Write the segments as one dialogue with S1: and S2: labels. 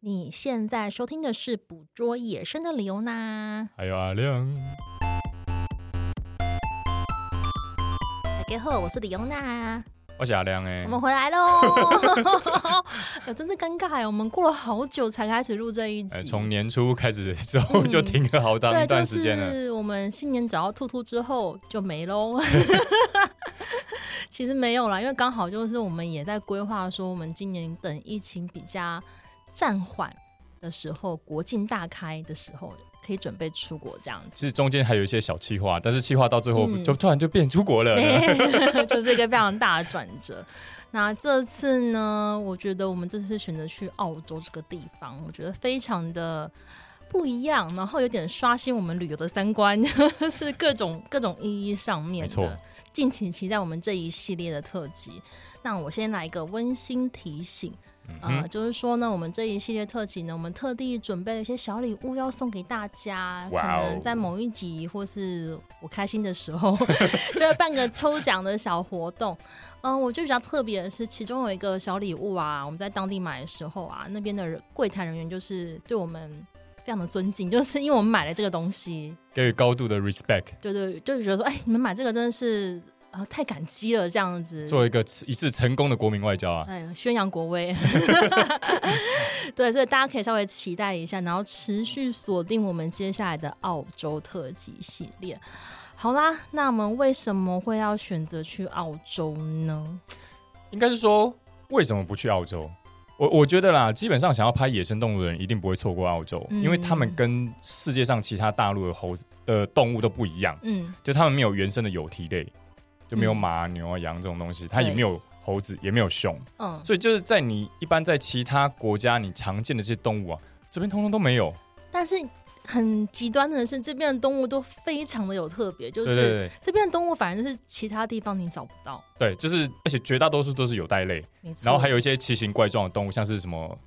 S1: 你现在收听的是《捕捉野生的李欧娜》。
S2: 还有阿亮，
S1: 大家好，我是李欧娜，
S2: 我是阿亮哎、
S1: 我们回来喽。 有真是尴尬耶，我们过了好久才开始录这一
S2: 哎
S1: 集。
S2: 从年初开始之后就停了好长
S1: 对，
S2: 一
S1: 就
S2: 段时间了。
S1: 是我们新年找到兔兔之后就没 喽。其实没有啦，因为刚好就是我们也在规划说，我们今年等疫情比较暂缓的时候，国境大开的时候，可以准备出国这样子。
S2: 是中间还有一些小气划，但是气划到最后
S1: 嗯哎
S2: 就突然就变出国了。
S1: 对， 就是一个非常大的转折。那这次呢，我觉得我们这次选择去澳洲这个地方，我觉得非常的不一样，然后有点刷新我们旅游的三观， 就是各种各种意义上面
S2: 没错
S1: 的。敬请期待我们这一系列的特辑。那我先来一个温馨提醒。
S2: 嗯
S1: 啊、就是说呢，我们这一系列特辑呢，我们特地准备了一些小礼物要送给大家。
S2: 哇哦
S1: 可能在某一集或是我开心的时候， 就会办个抽奖的小活动。嗯，我觉得比较特别的是，其中有一个小礼物啊，我们在当地买的时候啊，那边的人柜台人员就是对我们非常的尊敬， 就是因为我们买了这个东西，
S2: 给予高度的 respect，
S1: 对对，就是觉得说，哎，你们买这个真的是呃太感激了，这样子。
S2: 做一个一次成功的国民外交啊！
S1: 哎，宣扬国威。 对，所以大家可以稍微期待一下，然后持续锁定我们接下来的澳洲特辑系列。好啦，那我们为什么会要选择去澳洲呢？
S2: 应该是说，为什么不去澳洲？我我觉得啦，基本上想要拍野生动物的人一定不会错过澳洲，
S1: 嗯
S2: 因为他们跟世界上其他大陆的猴子的动物都不一样，
S1: 嗯，
S2: 就他们没有原生的有蹄类，就没有马、牛啊、羊这种东西，它也
S1: 对
S2: 没有猴子，也没有熊，
S1: 嗯，
S2: 所以就是在你一般在其他国家你常见的这些动物啊，这边通通都没有。
S1: 但是很极端的是，这边的动物都非常的有特别，就
S2: 对
S1: 是
S2: 对对
S1: 这边的动物反而就是其他地方你找不到。
S2: 对，就是而且绝大多数都是有袋类，
S1: 没错，
S2: 然后还有一些奇形怪状的动物，像是什么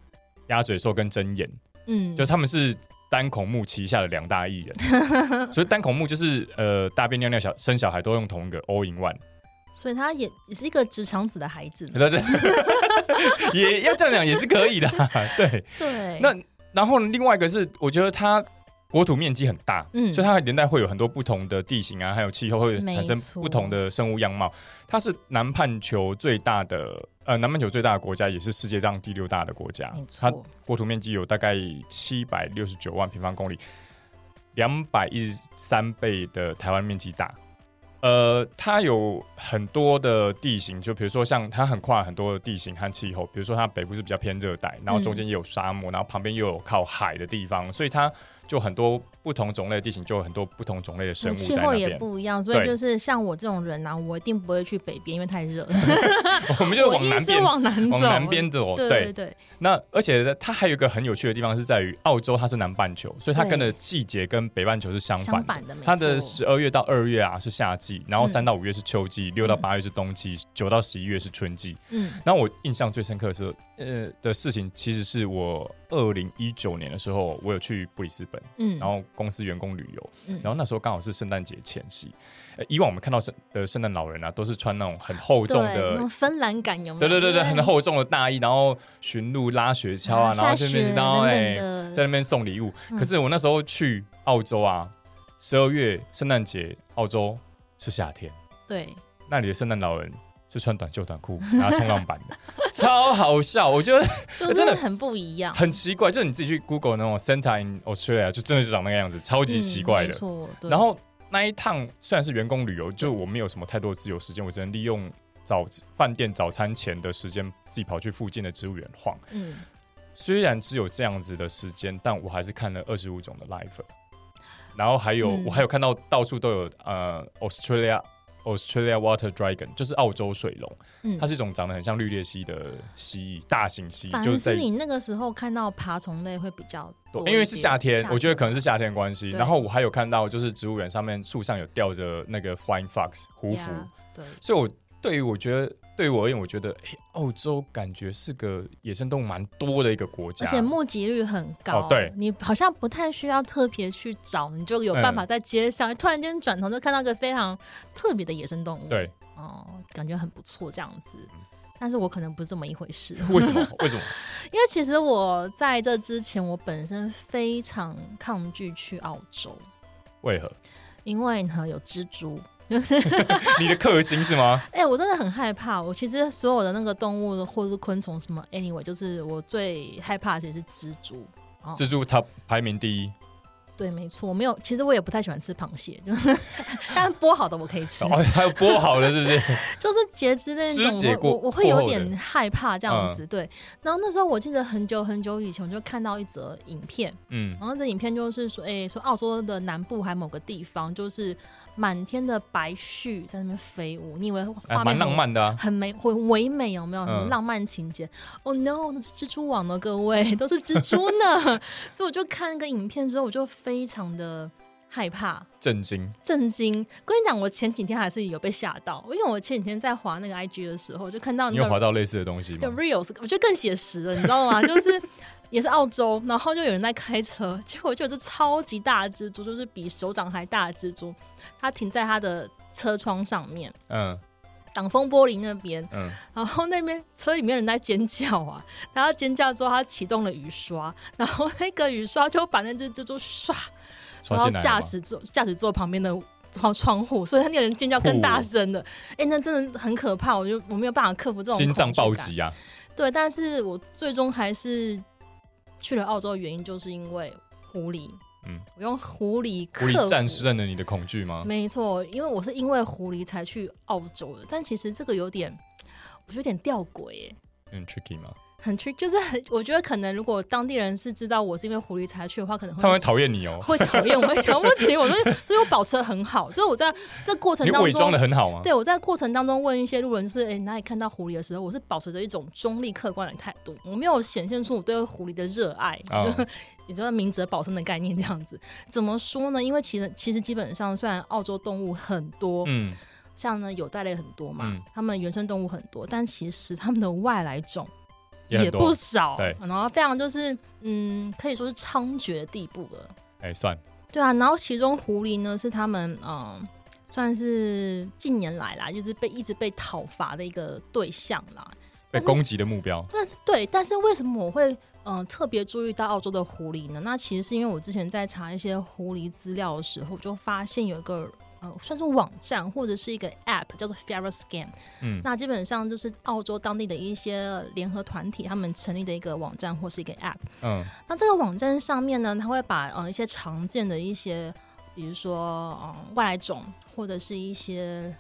S2: 鸭嘴兽跟针眼，
S1: 嗯，
S2: 就他们是单孔目旗下的两大艺人， 所以单孔目就是呃大便尿尿小生小孩都用同一个 all in one，
S1: 所以他也也是一个直肠子的孩子嘛。
S2: 对对，也要这样讲也是可以的， 对。
S1: 哎对，
S2: 那然后另外一个是，我觉得它国土面积很大，
S1: 嗯
S2: 所以它连带会有很多不同的地形啊，还有气候会产生
S1: 没错
S2: 不同的生物样貌。它是南半球最大的，呃，南半球最大的国家，也是世界上第六大的国家
S1: 没。
S2: 它
S1: 错，
S2: 国土面积有大概七百六十九万平方公里，两百一十三倍的台湾面积大。呃，它有很多的地形，就比如说像它很跨很多的地形和气候，比如说它北部是比较偏热带，然后中
S1: 嗯
S2: 间也有沙漠，然后旁边又有靠海的地方，所以它就很多不同种类的地形，就有很多不同种类的生物在
S1: 嗯气
S2: 那
S1: 候也
S2: 边。
S1: 不一样，所以
S2: 对
S1: 就是像我这种人呢、我一定不会去北边，因为太热。
S2: 我们就
S1: 我
S2: 往
S1: 一定
S2: 南
S1: 是
S2: 边，
S1: 往南走，
S2: 往南边走。
S1: 对对对，
S2: 那而且它还有一个很有趣的地方是在于，澳洲它是南半球，所以它
S1: 对
S2: 跟的季节跟北半球是相反
S1: 相
S2: 的。
S1: 反的没
S2: 它的
S1: 错
S2: 十二月到二月啊是夏季，然后
S1: 嗯
S2: 三到五月是秋季，六、到八月是冬季，九、到十一月是春季。
S1: 嗯
S2: 那我印象最深刻的是，呃的事情，其实是我二零一九年的时候，我有去布里斯本，
S1: 嗯，
S2: 然后公司员工旅游，
S1: 嗯
S2: 然后那时候刚好是圣诞节前夕。呃以往我们看到圣的圣诞老人啊，都是穿那种很厚重
S1: 对那
S2: 的
S1: 种芬兰感有没有？
S2: 对对对对，很
S1: 那种
S2: 厚重的大衣，然后寻路拉雪橇啊，然
S1: 下
S2: 后
S1: 雪
S2: 这边然后
S1: 等
S2: 哎、
S1: 等
S2: 在
S1: 的，
S2: 那边送礼物。
S1: 嗯
S2: 可是我那时候去澳洲啊，十二月圣诞节，澳洲是夏天，
S1: 对，
S2: 那里的圣诞老人是穿短袖短 裤，然后冲浪板的，超好笑。我觉得
S1: 就
S2: 哎真
S1: 是
S2: 的
S1: 很不一样，
S2: 很奇怪，就是你自己去 Google 那种 Santa in Australia，就真的就长那个样子，超级奇怪
S1: 嗯
S2: 的
S1: 没。错，对
S2: 然后那一趟虽然是员工旅游，就我没有什么太多自由时间，我只能利用早饭店早餐前的时间，自己跑去附近的植物园晃。
S1: 嗯，
S2: 虽然只有这样子的时间，但我还是看了二十五种的 live，然后还有、
S1: 嗯
S2: 我还有看到到处都有呃 Australia。Australia Water Dragon 就是澳洲水龙，
S1: 嗯
S2: 它是一种长得很像绿鬣蜥的蜥蜴，大型蜥蜴，
S1: 反
S2: 就是
S1: 正是
S2: 在
S1: 你那个时候看到爬虫类会比较多一点，
S2: 因为是夏天，我觉得可能是夏天的关系。
S1: 对
S2: 然后我还有看到，就是植物园上面树上有吊着那个 Flying Fox 胡服，
S1: 呀对，
S2: 所以我对于我觉得，对于我而言，我觉得、诶澳洲感觉是个野生动物蛮多的一个国家，
S1: 而且目击率很高，
S2: 哦对
S1: 你好像不太需要特别去找，你就有办法在街上、突然间转头就看到一个非常特别的野生动物，
S2: 对，嗯
S1: 哦，感觉很不错这样子。但是我可能不是这么一回事，
S2: 为什么？为什么？
S1: 因为其实我在这之前，我本身非常抗拒去澳洲，
S2: 为何？
S1: 因为呢有蜘蛛。
S2: 你的克星是 吗？
S1: 哎、我真的很害怕。我其实所有的那个动物或是昆虫什么，anyway，就是我最害怕的其实是蜘蛛。
S2: 蜘蛛它排名第 一，
S1: 对，没错，我没有。其实我也不太喜欢吃螃蟹， 就是但剥好的我可以吃，
S2: 哦，还有剥好的，是不是？
S1: 就是节之类那
S2: 肢
S1: 种
S2: 解，
S1: 我
S2: 过
S1: 我我会
S2: 过后
S1: 有
S2: 的嗯
S1: 点害怕这样子。对，然后那时候我记得很久很久以前，我就看到一则影片，
S2: 嗯，
S1: 然后这影片就是说，哎、说澳洲的南部还某个地方，就是满天的白絮在那边飞舞，你以为
S2: 哎
S1: 画面
S2: 蛮
S1: 很
S2: 浪漫的啊。
S1: 很美，很唯美，有没有？
S2: 嗯
S1: 很浪漫情节。哦、no，那是蜘蛛网呢，各位都是蜘蛛 呢。所以我就看那个影片之后，我就非常的害怕、
S2: 震惊，
S1: 震惊。跟你讲，我前几天还是有被吓到，因为我前几天在滑那个 IG 的时候，就看到
S2: 你
S1: 那
S2: 有
S1: 个
S2: 滑到类似的东西
S1: 的
S2: 吗？
S1: reels，我觉得更写实了，你知道吗？ 就是。也是澳洲，然后就有人在开车，结果就有只超级大的蜘蛛，就是比手掌还大的蜘蛛，它停在它的车窗上面，
S2: 嗯
S1: 挡风玻璃那边，
S2: 嗯，
S1: 然后那边车里面人在尖叫啊， 然后尖叫之后，他启动了雨刷，然后那个雨刷就把那只蜘蛛唰，
S2: 刷
S1: 然后
S2: 进来了
S1: 驾
S2: 吗
S1: 驶座驾驶座旁边的窗窗户，所以他那个人尖叫更大声了。哎、那真的很可怕，我就我没有办法克服这种
S2: 哦心脏暴
S1: 恐惧感。
S2: 击啊！
S1: 对，但是我最终还是去了澳洲，的原因就是因为狐狸。
S2: 嗯
S1: 嗯，我用狐狸克
S2: 狐
S1: 服
S2: 狸战啊胜了你的恐惧吗？
S1: 没错，因为我是因为狐狸才去澳洲的，但其实这个有点，我觉得有点吊诡耶。
S2: 嗯，tricky 吗？
S1: 很 trick，就是很，我觉得可能如果当地人是知道我是因为狐狸才去的话，可能
S2: 他们
S1: 会
S2: 会讨厌你哦。
S1: 会讨厌我，会瞧不起我，所以所以我保持的很好，就是我在这过程
S2: 你
S1: 当
S2: 伪装
S1: 中
S2: 的。很好啊吗？
S1: 对，我在过程当中问一些路人，就是哎、诶哪里看到狐狸的时候，我是保持着一种中立客观的态度，我没有显现出我对狐狸的热爱，
S2: 啊
S1: 就也就是明哲保身的概念这样子。怎么说呢？因为其实其实基本上，虽然澳洲动物很多，
S2: 嗯，
S1: 像呢有袋类很多嘛，
S2: 嗯
S1: 它们原生动物很多，但其实它们的外来种
S2: 也很
S1: 不
S2: 多。
S1: 少，
S2: 对
S1: 然后非常就是嗯，可以说是猖獗的地步了。
S2: 哎，算
S1: 对啊，然后其中狐狸呢是他们嗯、算是近年来啦，就是被一直被讨伐的一个对象啦。
S2: 被
S1: 但是
S2: 攻击的目标。
S1: 但是对，但是为什么我会嗯、呃特别注意到澳洲的狐狸呢？那其实是因为我之前在查一些狐狸资料的时候，就发现有一个呃算是网站或者是一个 App 叫做 Feral Scan，
S2: 嗯
S1: 那基本上就是澳洲当地的一些联合团体他们成立的一个网站或是一个 App。
S2: 嗯，
S1: 那这个网站上面呢，它会把呃一些常见的一些，比如说嗯、呃外来种或者是一些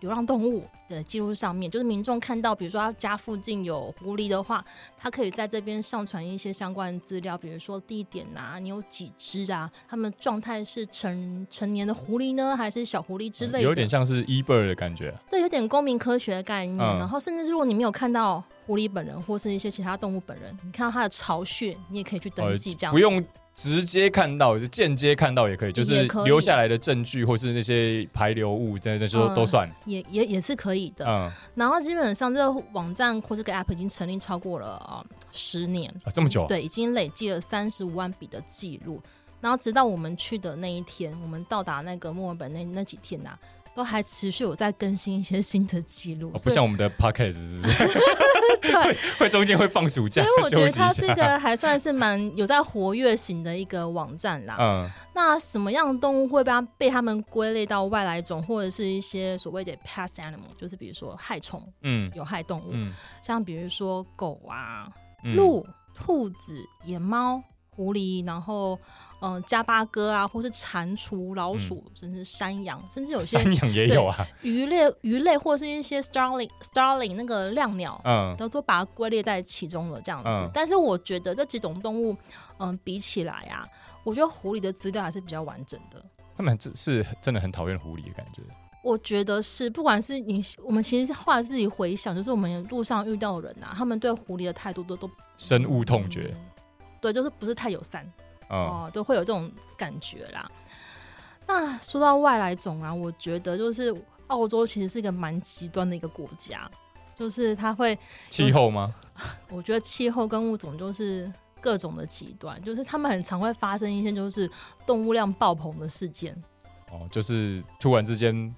S1: 流浪动物的记录上面，就是民众看到，比如说他家附近有狐狸的话，他可以在这边上传一些相关的资料，比如说地点啊，你有几只啊，它们状态是成成年的狐狸呢，还是小狐狸之类的，
S2: 有点像是 e b i r 的感觉。
S1: 对，有点公民科学的概念。
S2: 嗯
S1: 然后，甚至是如果你没有看到狐狸本人或是一些其他动物本人，你看到它的巢穴，你也可以去登记这样
S2: 不。用直接看到，就间接看到也可以，就是
S1: 也可以
S2: 留下来的证据或是那些排流物，那那都
S1: 嗯
S2: 都算。
S1: 也也也是可以的。
S2: 嗯，啊
S1: 然后基本上这个网站或这个 app 已经成立超过了啊十、10年，
S2: 这么久啊，
S1: 对，已经累计了三十五万笔的记录。然后直到我们去的那一天，我们到达那个墨尔本那那几天呐、都还持续有在更新一些新的记录，
S2: 哦不
S1: 所以
S2: 像我们的 podcast 是不是？
S1: 对，
S2: 会中间会放暑
S1: 所
S2: 假
S1: 以我觉
S2: 休
S1: 得
S2: 息
S1: 它
S2: 一
S1: 是
S2: 下
S1: 一。个还算是蛮有在活跃型的一个网站啦。
S2: 嗯，
S1: 那什么样的动物会被它被它们归类到外来种，或者是一些所谓的 pest animal，就是比如说害虫、
S2: 嗯
S1: 有害动物，
S2: 嗯
S1: 像比如说狗啊、
S2: 嗯，
S1: 鹿、兔子、野猫、狐狸，然后嗯、呃加巴哥啊，或是蟾蜍、老鼠，甚至山羊，甚至有些
S2: 嗯山羊也有啊。
S1: 鱼类、鱼类或是一些 starling、starling 那个亮鸟。
S2: 嗯，
S1: 都都把它归类在其中了，这样子。
S2: 嗯
S1: 但是我觉得这几种动物，嗯，比起来啊，我觉得狐狸的资料还是比较完整的。
S2: 他们这是真的很讨厌狐狸的感觉。
S1: 我觉得是，不管是你，我们其实后来自己回想，就是我们路上遇到的人啊，他们对狐狸的态度都都
S2: 深恶痛绝。
S1: 嗯对，就是不是太友善
S2: 嗯，
S1: 哦、都会有这种感觉啦。那说到外来种啊，我觉得就是澳洲其实是一个蛮极端的一个国家，就是它会，
S2: 气候吗？
S1: 我觉得气候跟物种就是各种的极端，就是他们很常会发生一些就是动物量爆棚的事件。
S2: 哦，就是突然之间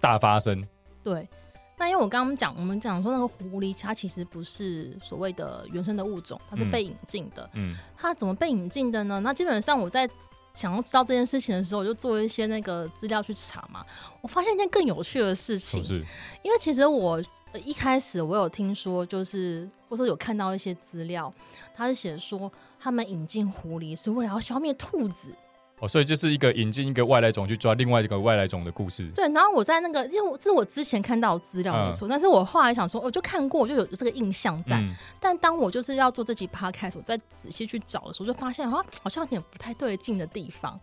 S2: 大发生。
S1: 对，那因为我刚刚讲，我们讲说那个狐狸，它其实不是所谓的原生的物种，它是
S2: 嗯
S1: 被引进的。
S2: 嗯，
S1: 它怎么被引进的呢？那基本上我在想要知道这件事情的时候，我就做一些那个资料去查嘛。我发现一件更有趣的事
S2: 是
S1: 情
S2: 不，是？
S1: 因为其实我呃一开始我有听说，就是或者有看到一些资料，它是写说他们引进狐狸是为了要消灭兔子。
S2: 哦，所以就是一个引进一个外来种去抓另外一个外来种的故事。
S1: 对，然后我在那个，因为我这是我之前看到的资料没错，但是我后来想说，我哦就看过，我就有这个印象在。
S2: 嗯，
S1: 但当我就是要做这集 podcast，我再仔细去找的时候，就发现啊，好像有点不太对劲的地方。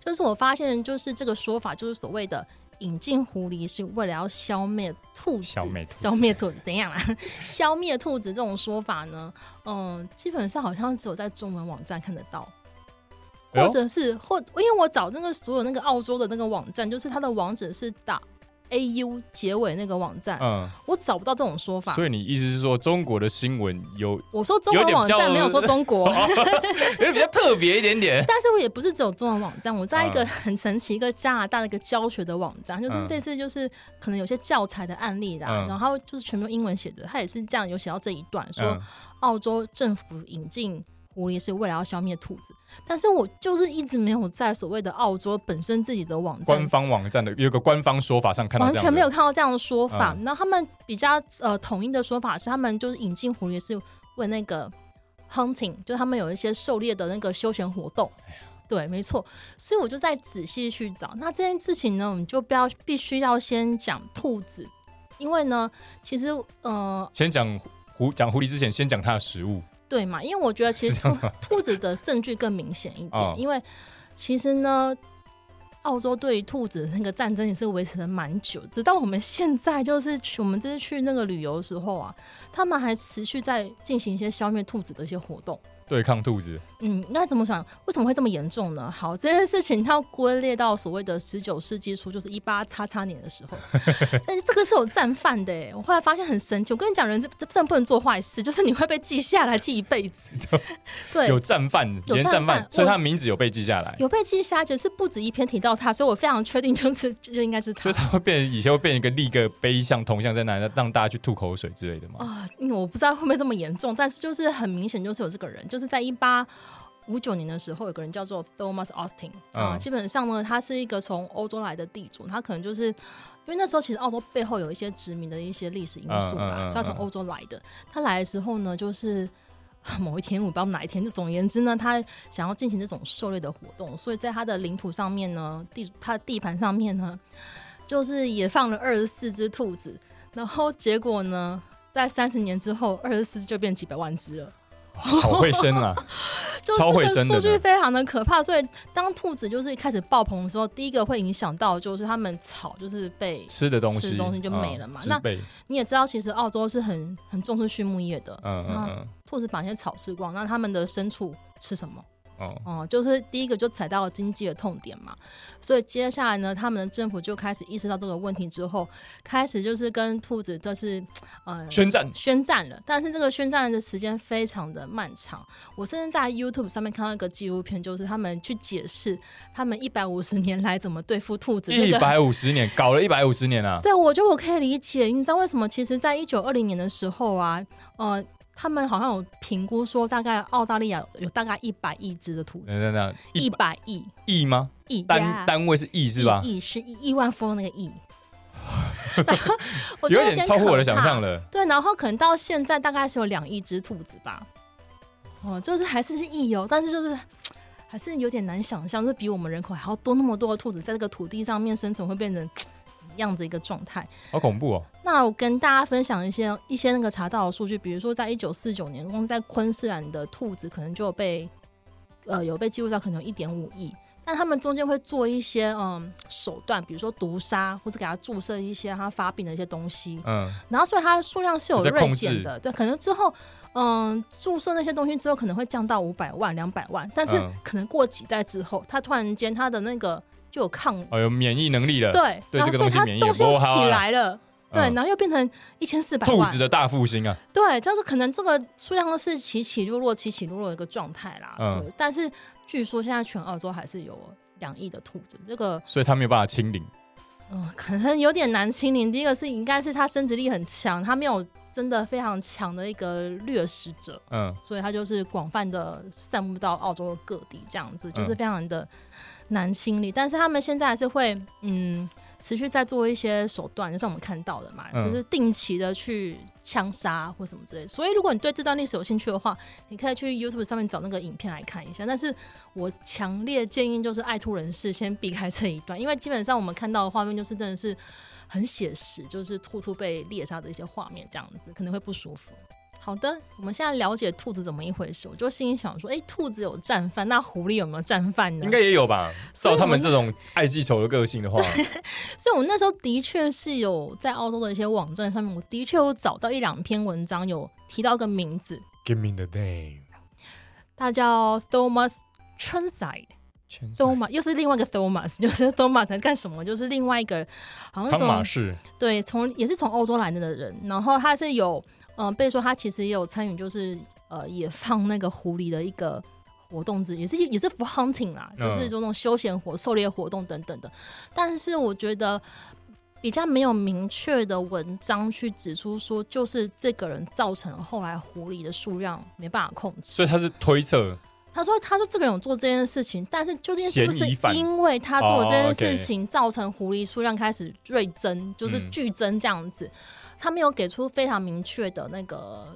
S1: 就是我发现，就是这个说法，就是所谓的引进狐狸是为了要消灭兔子，
S2: 消灭兔子
S1: 消灭兔子怎样啦？ 消灭兔子这种说法呢，嗯，基本上好像只有在中文网站看得到。
S2: 哎
S1: 或
S2: 呦
S1: 者是或，因为我找那个所有那个澳洲的那个网站，就是它的网址是打 A U 结尾那个网站，
S2: 嗯，
S1: 我找不到这种说法。
S2: 所以你意思是说中国的新闻 有
S1: 我说中文网
S2: 有点比
S1: 站
S2: 较
S1: 没有说中 国，。
S2: 有点比较特别一点点
S1: 但是我也不是只有中文网站，我在一个很神奇一个加拿大的一个教学的网站，就是
S2: 啊嗯
S1: 类似就是可能有些教材的案例啦，
S2: 嗯
S1: 然后就是全部用英文写的，它也是这样有写到这一段说，
S2: 嗯，
S1: 澳洲政府引进狐狸是为了要消灭兔子，但是我就是一直没有在所谓的澳洲本身自己的网站
S2: 官方网站的有一个官方说法上看到
S1: 完
S2: 这样，嗯
S1: 全没有。看到这样的说法。那、他们比较呃统一的说法是，他们就是引进狐狸是为那个 hunting，就是他们有一些狩猎的那个休闲活动。
S2: 哎
S1: 对，没错，所以我就在仔细去找。那这件事情呢，我们就不要必须要先讲兔子，因为呢，其实呃，
S2: 先讲狐讲狐狸之前，先讲它的食物。
S1: 对嘛？因为我觉得其实
S2: 是
S1: 兔兔子的证据更明显一点，
S2: 哦
S1: 因为其实呢，澳洲对于兔子的那个战争也是维持了蛮久，直到我们现在就是去我们这次去那个旅游的时候啊，他们还持续在进行一些消灭兔子的一些活动。
S2: 对抗兔子，
S1: 嗯，应该怎么想？为什么会这么严重呢？好，这件事情它要归列到所谓的十九世纪初，就是一八叉叉年的时 候。但是这个是有战犯的欸耶，我后来发现很神奇。我跟你讲，人这这真的不能做坏事，就是你会被记下来，记一辈子。对，
S2: 有战犯，
S1: 有
S2: 连
S1: 战
S2: 战
S1: 犯
S2: 犯，所以
S1: 我
S2: 他的名字有被记下来，
S1: 有被记下来，只是不止一篇提到他，所以我非常确定，就是就就应该是
S2: 所
S1: 他
S2: 以。他会变，以前会变一个立个碑像、铜像在那里，让大家去吐口水之类的嘛。
S1: 啊、因为我不知道会不会这么严重，但是就是很明显，就是有这个人，就是在一八五九年的时候，有个人叫做 Thomas Austin 啊、
S2: 嗯
S1: 基本上呢，他是一个从欧洲来的地主，他可能就是因为那时候其实澳洲背后有一些殖民的一些历史因素吧，
S2: 嗯嗯嗯
S1: 所
S2: 嗯
S1: 以他从欧洲来的。他来的时候呢，就是。 某一天，我不知道哪一天，就总而言之呢，他想要进行这种狩猎的活动，所以在他的领土上面呢，地他的地盘上面呢，就是也放了二十四只兔子，然后结果呢，在三十年之后，二十四就变几百万只了，哦
S2: 好会生啊！
S1: 就
S2: 超会
S1: 是这
S2: 生的
S1: 个
S2: 呢
S1: 数据非常的可怕。所以当兔子就是开始爆棚的时候，第一个会影响到就是它们草就是被
S2: 吃的东
S1: 吃
S2: 西，
S1: 的东西就没了嘛
S2: 嗯植
S1: 那
S2: 被
S1: 你也知道，其实澳洲是很很重视畜牧业的，
S2: 嗯嗯嗯，
S1: 兔子把那些草吃光，那它们的牲畜吃什么？
S2: 哦，
S1: 哦、就是第一个就踩到了经济的痛点嘛，所以接下来呢，他们的政府就开始意识到这个问题之后，开始就是跟兔子就是呃
S2: 宣战
S1: 宣战了，但是这个宣战的时间非常的漫长。我甚至在 YouTube 上面看到一个纪录片，就是他们去解释他们一百五十年来怎么对付兔子。
S2: 一
S1: 那个
S2: 百五十年， 搞了一百五十年啊！
S1: 对我觉得我可以理解，你知道为什么？其实，在一九二零年的时候啊，呃，他们好像有评估说，大概澳大利亚有大概一百亿只的兔子，
S2: 等等等，
S1: 一
S2: 呃一
S1: 百亿
S2: 亿吗？
S1: 亿呀
S2: 单单位是亿是吧？
S1: 亿亿是亿亿万富翁那个 亿。我觉
S2: 有
S1: 得
S2: 点超乎我的
S1: 可怕
S2: 想象了。
S1: 对，然后可能到现在大概是有两亿只兔子吧。哦，就是还是是亿哦，但是就是还是有点难想象，就是比我们人口还要多那么多的兔子在这个土地上面生存会变成怎么样的一个状态。
S2: 好恐怖哦！
S1: 那我跟大家分享一些一些那个查到的数据，比如说在一九四九年，光在昆士兰的兔子可能就有被呃有被记录到可能有一点五亿，但他们中间会做一些嗯手段，比如说毒杀或者给它注射一些让它发病的一些东西，
S2: 嗯，
S1: 然后所以它数量是有
S2: 有在
S1: 锐
S2: 控
S1: 减
S2: 制
S1: 的，对，可能之后嗯注射那些东西之后可能会降到五百万两百万，但是
S2: 嗯
S1: 可能过几代之后，它突然间它的那个就有抗。
S2: 哦，有免疫能力了。
S1: 对，
S2: 对
S1: 然后
S2: 这个
S1: 所以
S2: 东西
S1: 它
S2: 免疫
S1: 东
S2: 也
S1: 西
S2: 不好
S1: 起
S2: 啊
S1: 来了，对，
S2: 嗯
S1: 然后又变成一千四百
S2: 兔
S1: 万
S2: 子，的大复兴啊！
S1: 对，就是可能这个数量是起起落落、起起落落的一个状态啦。
S2: 嗯
S1: 对，但是据说现在全澳洲还是有两亿的兔子，这个
S2: 所以他没有办法清零，
S1: 嗯，可能有点难清零。第一个是应该是它生殖力很强，它没有真的非常强的一个掠食者，
S2: 嗯，
S1: 所以它就是广泛的散布到澳洲的各地，这样子就是
S2: 嗯
S1: 非常的难清理。但是他们现在还是会嗯持续在做一些手段，就像我们看到的嘛，
S2: 嗯
S1: 就是定期的去枪杀或什么之类的。所以如果你对这段历史有兴趣的话，你可以去 YouTube 上面找那个影片来看一下。但是我强烈建议就是爱兔人士先避开这一段，因为基本上我们看到的画面就是真的是很写实，就是兔兔被猎杀的一些画面，这样子可能会不舒服。好的，我们现在了解兔子怎么一回事，我就心里想说，哎、兔子有战犯，那狐狸有没有战犯呢？
S2: 应该也有吧？
S1: 所以
S2: 照
S1: 我
S2: 他们
S1: 们
S2: 这种爱记仇的个 性的话，
S1: 所以我那时候的确是有在澳洲的一些网站上面，我的确有找到一两篇文章有提到一个名字，
S2: Give me the name，
S1: 他叫 Thomas Chenside。
S2: 全赛
S1: Thomas 又是另外一个 Thomas，就是 Thomas 在干什么？就是另外一个好像
S2: 汤马
S1: 从
S2: 士，
S1: 对从也是从欧洲来的人，然后他是有嗯、呃被说他其实也有参与，就是呃野放那个狐狸的一个活动之一，也是也是 for hunting 啦，就
S2: 嗯
S1: 是这种休闲活狩猎活动等等的。但是我觉得比较没有明确的文章去指出说，就是这个人造成了后来狐狸的数量没办法控制。
S2: 所以他是推测，
S1: 他说：“他说这个人有做这件事情，但是究竟是不是
S2: 嫌疑犯
S1: 因为他做这件事情造成狐狸数量开始锐
S2: 嗯
S1: 增，就是剧增这样子？他没有给出非常明确的那个、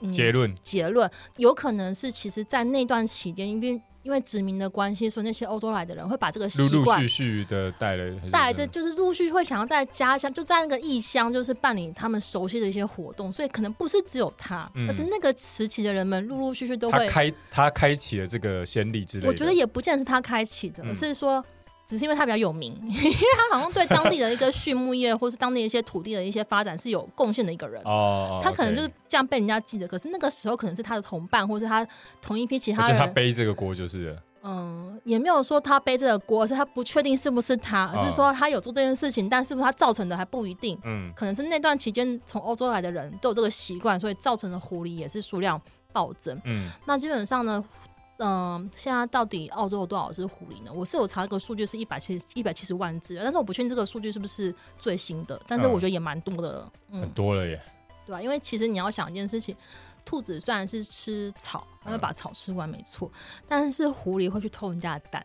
S1: 嗯
S2: 结论，
S1: 结论，有可能是其实，在那段期间，因为因为殖民的关系，所以那些欧洲来的人会把这个
S2: 陆
S1: 习
S2: 陆
S1: 惯
S2: 续续的带了很多
S1: 带来这就是陆续会想要在家乡，就在那个异乡，就是办理他们熟悉的一些活动，所以可能不是只有他，
S2: 嗯
S1: 而是那个时期的人们陆陆续续都
S2: 他
S1: 会。”
S2: 开他开启了这个先例之类的，
S1: 我觉得也不见得是他开启的，
S2: 嗯
S1: 是说只是因为他比较有名， 因为他好像对当地的一个畜牧业或是当地一些土地的一些发展是有贡献的一个人。
S2: 哦，
S1: 他可能
S2: OK
S1: 就是这样被人家记得，可是那个时候可能是他的同伴，或是他同一批其他
S2: 我觉得他
S1: 人，
S2: 背这个锅就是了，
S1: 嗯，也没有说他背这个锅，是他不确定是不是他，
S2: 哦
S1: 而是说他有做这件事情，但是不是他造成的还不一定，
S2: 嗯，
S1: 可能是那段期间从欧洲来的人都有这个习惯，所以造成的狐狸也是数量暴增。
S2: 嗯，
S1: 那基本上呢，嗯、现在到底澳洲有多少只狐狸呢？我是有查一个数据是一百七一百七十万只，但是我不确定这个数据是不是最新的，但是我觉得也蛮多的了，嗯，
S2: 很多了耶，
S1: 对啊吧、因为其实你要想一件事情，兔子虽然是吃草，它
S2: 嗯
S1: 会把草吃完没错，但是狐狸会去偷人家的蛋，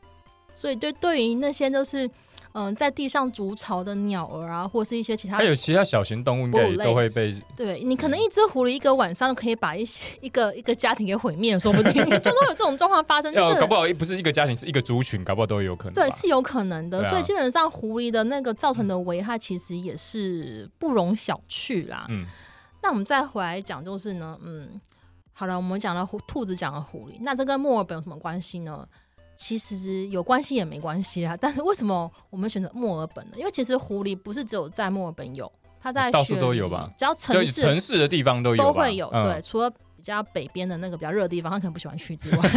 S1: 所以对对于那些就是嗯、在地上筑巢的鸟儿啊，或是一些其他
S2: 还哎有嗯其他小型动物应该也都会被
S1: 对你可能一只狐狸一个晚上可以把一些一个一个家庭给毁灭，说不定 就是会有这种状况发生，就
S2: 要
S1: 是
S2: 呃搞不好不是一个家庭，是一个族群，搞不好都有可能吧。
S1: 对，是有可能的。
S2: 对啊嗯
S1: 所以基本上狐狸的那个造成的危害，其实也是不容小觑啦。
S2: 嗯，
S1: 那我们再回来讲，就是呢，嗯，好了，我们讲了狐兔子，讲了狐狸，那这跟墨尔本有什么关系呢？其实有关系也没关系啊。但是为什么我们选择墨尔本呢？因为其实狐狸不是只有在墨尔本有，它在
S2: 到处
S1: 雪
S2: 都
S1: 梨
S2: 有吧
S1: 只要
S2: 就
S1: 啊城市
S2: 城市的地方都有
S1: 都
S2: 吧，
S1: 会有，
S2: 嗯
S1: 对，，除了。比较北边的那个比较热的地方，他可能不喜欢去之外，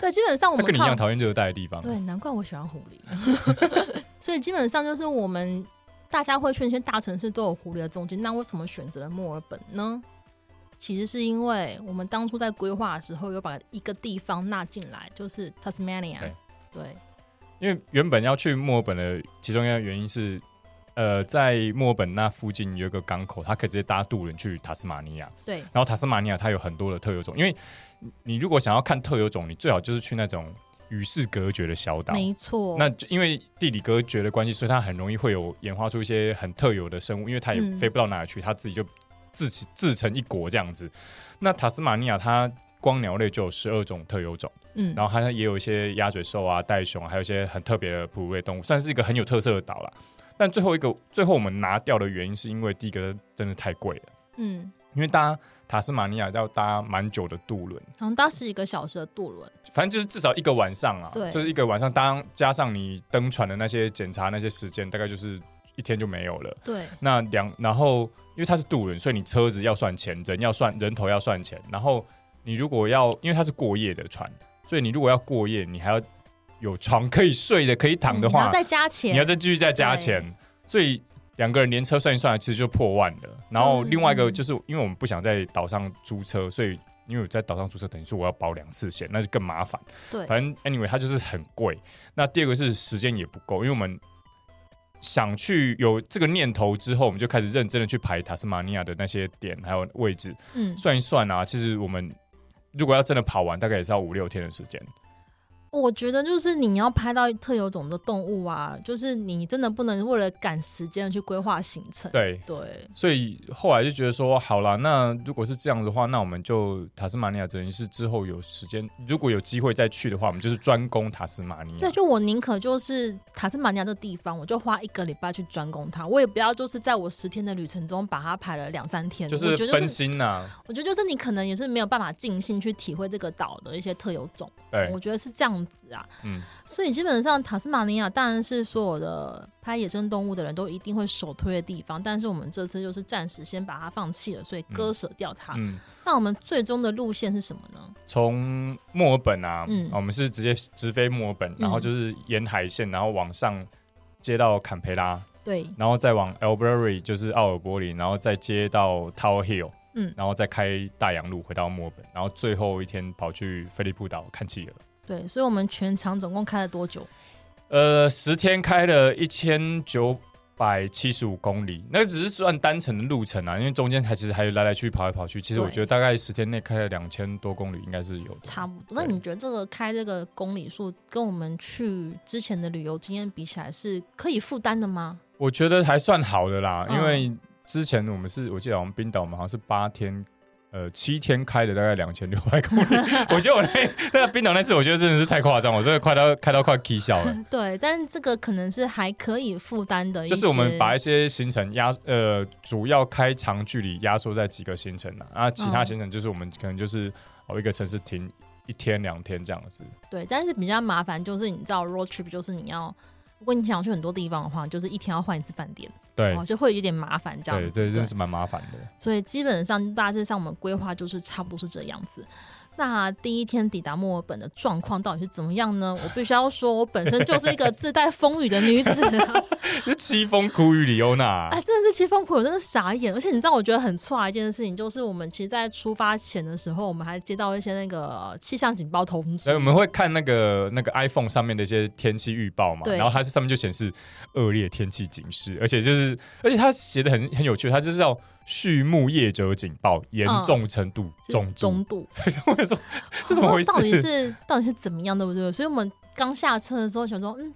S1: 对，基本上我
S2: 他
S1: 们
S2: 跟你一
S1: 看
S2: 样讨厌热带的地方，
S1: 对，难怪我喜欢狐狸。 所以基本上就是我们大家会去那些大城市都有狐狸的踪迹，那为什么选择了墨尔本呢？其实是因为我们当初在规划的时候，有把一个地方纳进来，就是 Tasmania
S2: 对。
S1: 对，
S2: 因为原本要去墨尔本的其中一个原因是，呃，在墨尔本那附近有一个港口，它可以直接搭渡轮去塔斯马尼亚。
S1: 对，
S2: 然后塔斯马尼亚它有很多的特有种，因为你你如果想要看特有种，你最好就是去那种与世隔绝的小岛。
S1: 没错。
S2: 那就因为地理隔绝的关系，所以它很容易会有演化出一些很特有的生物，因为它也
S1: 嗯
S2: 飞不到哪里去，它自己就自起自成一国这样子。那塔斯马尼亚它光鸟类就有十二种特有种。
S1: 嗯，
S2: 然后它也有一些鸭嘴兽啊、袋熊啊，还有一些很特别的哺乳类动物，算是一个很有特色的岛啦。但最后一个，最后我们拿掉的原因是因为第一个真的太贵了，
S1: 嗯，
S2: 因为搭塔斯马尼亚要搭蛮久的渡轮，
S1: 好像搭十几个小时的渡轮，
S2: 反正就是至少一个晚上啊
S1: 对，
S2: 就是一个晚上当加上你登船的那些检查那些时间，大概就是一天就没有了。
S1: 对，
S2: 那两，然后因为它是渡轮，所以你车子要算钱，人要算人头要算钱。然后你如果要，因为它是过夜的船，所以你如果要过夜，你还要有床可以睡的，可以躺
S1: 嗯
S2: 的
S1: 你
S2: 话
S1: 要，再加
S2: 你
S1: 钱，
S2: 要再继续再加钱。所以两个人连车算一算，其实就破万了。然后另外一个
S1: 嗯
S2: 就是因为我们不想在岛上租车，所以因为我在岛上租车，等于说我要保两次险，那就更麻烦。
S1: 对，
S2: 反正 anyway 它就是很贵。那第二个是时间也不够，因为我们想去有这个念头之后，我们就开始认真的去排塔斯马尼亚的那些点还有位置，
S1: 嗯，
S2: 算一算啊，其实我们如果要真的跑完，大概也是要五六天的时间。
S1: 我觉得就是你要拍到特有种的动物啊，就是你真的不能为了赶时间去规划行程。
S2: 对，
S1: 对，
S2: 所以后来就觉得说，好啦，那如果是这样的话，那我们就塔斯马尼亚等于是之后有时间，如果有机会再去的话，我们就是专攻塔斯马尼亚
S1: 对，。就我宁可就是塔斯马尼亚这地方，我就花一个礼拜去专攻它，我也不要就是在我十天的旅程中把它排了两三天。
S2: 就
S1: 我
S2: 是
S1: 觉得
S2: 分
S1: 就是，
S2: 心呐、
S1: 我觉得就是你可能也是没有办法尽兴去体会这个岛的一些特有种，
S2: 对
S1: 我，觉得是这样子啊。
S2: 嗯，
S1: 所以基本上塔斯马尼亚当然是所有的拍野生动物的人都一定会首推的地方，但是我们这次就是暂时先把它放弃了，所以割舍掉它。
S2: 嗯，
S1: 那我们最终的路线是什么呢？
S2: 从墨尔本啊，
S1: 嗯
S2: 啊我们是直接直飞墨尔本，然后就是沿海线，然后往上接到坎培拉，
S1: 对，
S2: 然后再往 Albury 就是奥尔伯林，然后再接到 Tower Hill，
S1: 嗯，
S2: 然后再开大洋路回到墨尔本，然后最后一天跑去菲利普岛看企鹅。
S1: 对，所以我们全场总共开了多久？
S2: 呃，十天开了一千九百七十五公里，那只是算单程的路程啊，因为中间还其实还有来来去跑来跑去。其实我
S1: 对
S2: 觉得大概十天内开了两千多公里，应该是有的
S1: 差不多。
S2: 对
S1: 那你觉得这个开这个公里数跟我们去之前的旅游经验比起来是可以负担的吗？
S2: 我觉得还算好的啦，
S1: 嗯
S2: 因为之前我们是我记得我们冰岛嘛，好像是八天。呃，七天开的大概两千六 百公里，我觉得我那那个冰岛那次，我觉得真的是太夸张，我真的快到开到快 K 笑了。
S1: 对，但这个可能是还可以负担的一些。
S2: 就是我们把一些行程压呃，主要开长距离压缩在几个行程啊，啊，其他
S1: 嗯
S2: 行程就是我们可能就是哦一个城市停一天两天这样子。
S1: 对，但是比较麻烦就是你知道 road trip 就是你要，如果你想要去很多地方的话，就是一天要换一次饭店，
S2: 对
S1: 哦，就会有点麻烦这样
S2: 对，
S1: 子。
S2: 这真是蛮麻烦的。
S1: 所以基本上大致上我们规划就是差不多是这样子。那第一天抵达墨尔本的状况到底是怎么样呢？我必须要说，我本身就是一个自带风雨的女子啊，
S2: 就凄风苦雨里欧娜
S1: 啊，，真的是凄风苦，我真的傻眼。而且你知道，我觉得很错啊的一件事情，就是我们其实，在出发前的时候，我们还接到一些那个气象警报通
S2: 所以我
S1: 知。
S2: 们会看那个那个 iPhone 上面的一些天气预报嘛，
S1: 对
S2: 然后它是上面就显示恶劣天气警示，而且就是而且它写的很很有趣，它就是叫畜牧业者警报，严重程度
S1: 嗯是
S2: 中
S1: 中
S2: 重
S1: 度，
S2: 度。 我说这怎么回事
S1: 到底是到底是怎么样，对不对？所以我们刚下车的时候想说，嗯，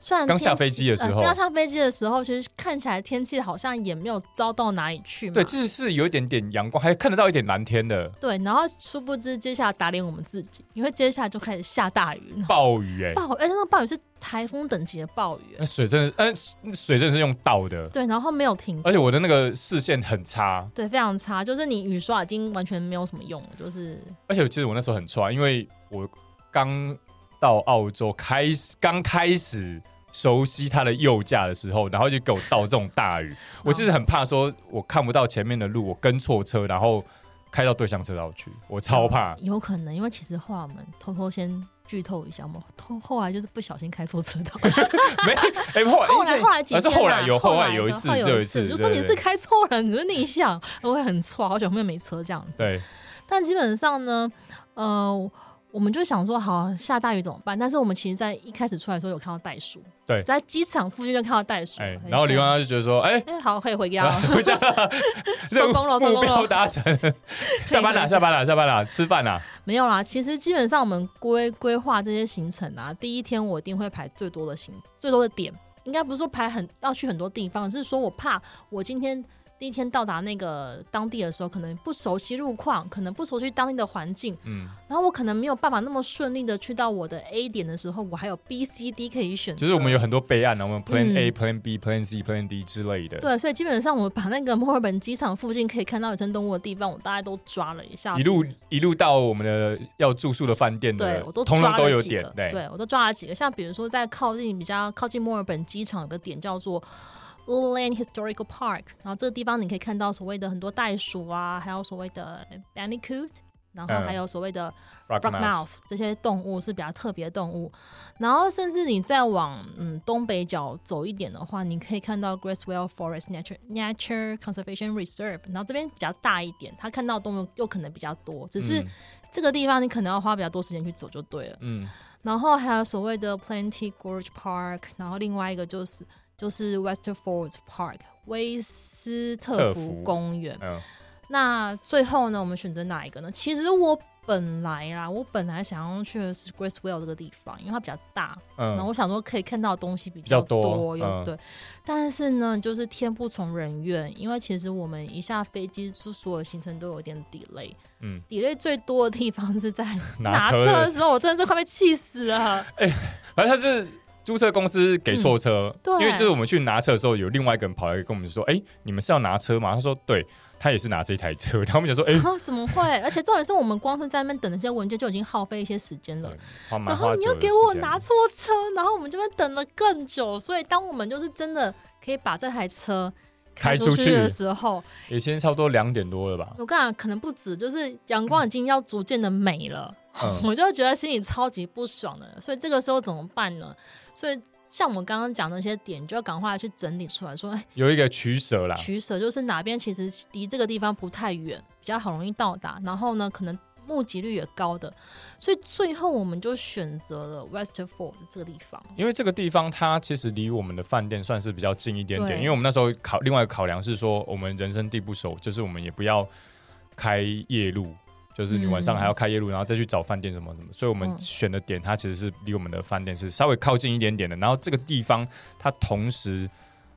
S1: 虽然
S2: 刚下
S1: 天气
S2: 飞机的时
S1: 呃
S2: 候
S1: 刚下飞机的时候，其实看起来天气好像也没有糟到哪里去嘛。
S2: 对，就是是有一点点阳光，还看得到一点蓝天的
S1: 对然后殊不知接下来打脸我们自己，因为接下来就开始下大雨，然后
S2: 暴雨哎、
S1: 暴雨，哎、那个暴雨是台风等级的暴雨，
S2: 那水真的，嗯、水真的是用倒的，
S1: 对，然后没有停。
S2: 而且我的那个视线很差，
S1: 对，非常差，就是你雨刷已经完全没有什么用了，就是
S2: 而且其实我那时候很差，因为我刚到澳洲开始，刚开始熟悉它的右驾的时候，然后就给我倒这种 大雨，我其实很怕说我看不到前面的路，我跟错车，然后开到对向车道去，我超怕。
S1: 有可能，因为其实后来我们偷偷先剧透一下，我们偷后来就是不小心开错车道，
S2: 没，哎、后 来
S1: 后来后来几
S2: 而
S1: 天、
S2: 是
S1: 啊，
S2: 后来有后
S1: 后
S2: 来有一次
S1: 后来
S2: 只有
S1: 有
S2: 一次
S1: 就说
S2: 对
S1: 你
S2: 对
S1: 是开错了，你是逆向， 我会很错，好久后面没车这样子。
S2: 对
S1: 但基本上呢，呃，我们就想说，好下大雨怎么办？但是我们其实，在一开始出来的时候有看到袋鼠，
S2: 对
S1: 在机场附近就看到袋鼠，
S2: 哎、
S1: 很
S2: 然后李
S1: 可
S2: 光
S1: 爱
S2: 耀就觉得说，哎、
S1: 哎，好，可以回家
S2: 啊
S1: 了。
S2: 回家了，任
S1: 收
S2: 务
S1: 工了收
S2: 目
S1: 工了
S2: 标达 成，下班了，下班了，下班了，吃饭了。
S1: 没有啦，其实基本上我们规规划这些行程啊，第一天我一定会排最多的行最多的点，应该不是说排很要去很多地方，只是说我怕我今天第一天到达那个当地的时候，可能不熟悉路况，可能不熟悉当地的环境，
S2: 嗯，
S1: 然后我可能没有办法那么顺利的去到我的 A 点的时候，我还有 B、C、D 可以选择。
S2: 就是我们有很多备案，啊然后我们 Plan A、
S1: 嗯
S2: Plan B、Plan C、Plan D 之类的，
S1: 对，所以基本上我把那个墨尔本机场附近可以看到野生动物的地方，我大概都抓了一下
S2: 一。路一路到我们的要住宿的饭店的
S1: 对，我都
S2: 通通
S1: 抓
S2: 都
S1: 了
S2: 有
S1: 几
S2: 点
S1: 个，，
S2: 对，
S1: 我都抓了几个，像比如说在靠近比较靠近墨尔本机场有个点叫做 u l a n Historical Park，然后这个地方你可以看到所谓的很多袋鼠啊，还有所谓的 bandicoot，然后
S2: 嗯
S1: 还有所谓的
S2: Rock
S1: frog mouth 这些动物是比较特别的动物。然后甚至你再往嗯东北角走一点的话，你可以看到 Gracewell Forest Nature Nature Conservation Reserve，然后这边比较大一点，它看到动物又可能比较多，只是
S2: 嗯
S1: 这个地方你可能要花比较多时间去走就对了。
S2: 嗯，
S1: 然后还有所谓的 Plenty Gorge Park，然后另外一个就是就是 Westerfords Park 威斯特
S2: 特
S1: 福
S2: 福
S1: 公园。
S2: 嗯
S1: 那最后呢，我们选择哪一个呢？其实我本来啦，我本来想要去的是 Gracewell 这个地方，因为它比较大，然后
S2: 嗯，
S1: 我想说可以看到的东西比
S2: 较
S1: 多，
S2: 多
S1: 又
S2: 嗯
S1: 对。但是呢，就是天不从人愿，因为其实我们一下飞机，就所有行程都有点 delay。
S2: 嗯
S1: ，delay 最多的地方是在拿
S2: 拿
S1: 车
S2: 车的
S1: 的时候，我真的是快被气死 了。啊
S2: 反正他是租车公司给错车，
S1: 嗯对
S2: 因为就是我们去拿车的时候，有另外一个人跑来跟我们说：“哎、你们是要拿车吗？”他说：“对，他也是拿这一台车。”然后我们想说：“哎、
S1: 啊，怎么会？而且重点是我们光是在那边等那些文件就已经耗费一些时间了。
S2: 花蛮
S1: 然
S2: 花
S1: 后
S2: 久
S1: 你
S2: 的
S1: 又给我
S2: 时间
S1: 拿错车，然后我们这边等了更久，所以当我们就是真的可以把这台车开
S2: 开
S1: 出
S2: 出
S1: 去
S2: 去
S1: 的时候，
S2: 也先差不多两点多了吧？
S1: 我跟你讲，可能不止，就是阳光已经要逐渐的美了，
S2: 嗯
S1: 我就觉得心里超级不爽的。所以这个时候怎么办呢？所以像我们刚刚讲的那些点，就要赶快去整理出来，说，哎，
S2: 有一个取舍啦，
S1: 取舍就是哪边其实离这个地方不太远，比较好容易到达，然后呢，可能募集率也高的，所以最后我们就选择了 Westford 这个地方。
S2: 因为这个地方它其实离我们的饭店算是比较近一点
S1: 对
S2: 点，因为我们那时候考另外一个考量是说，我们人生地不熟，就是我们也不要开夜路，就是你晚上
S1: 嗯
S2: 还要开夜路，然后再去找饭店什么什么，所以我们
S1: 嗯
S2: 选的点它其实是离我们的饭店是稍微靠近一点点的，然后这个地方它同时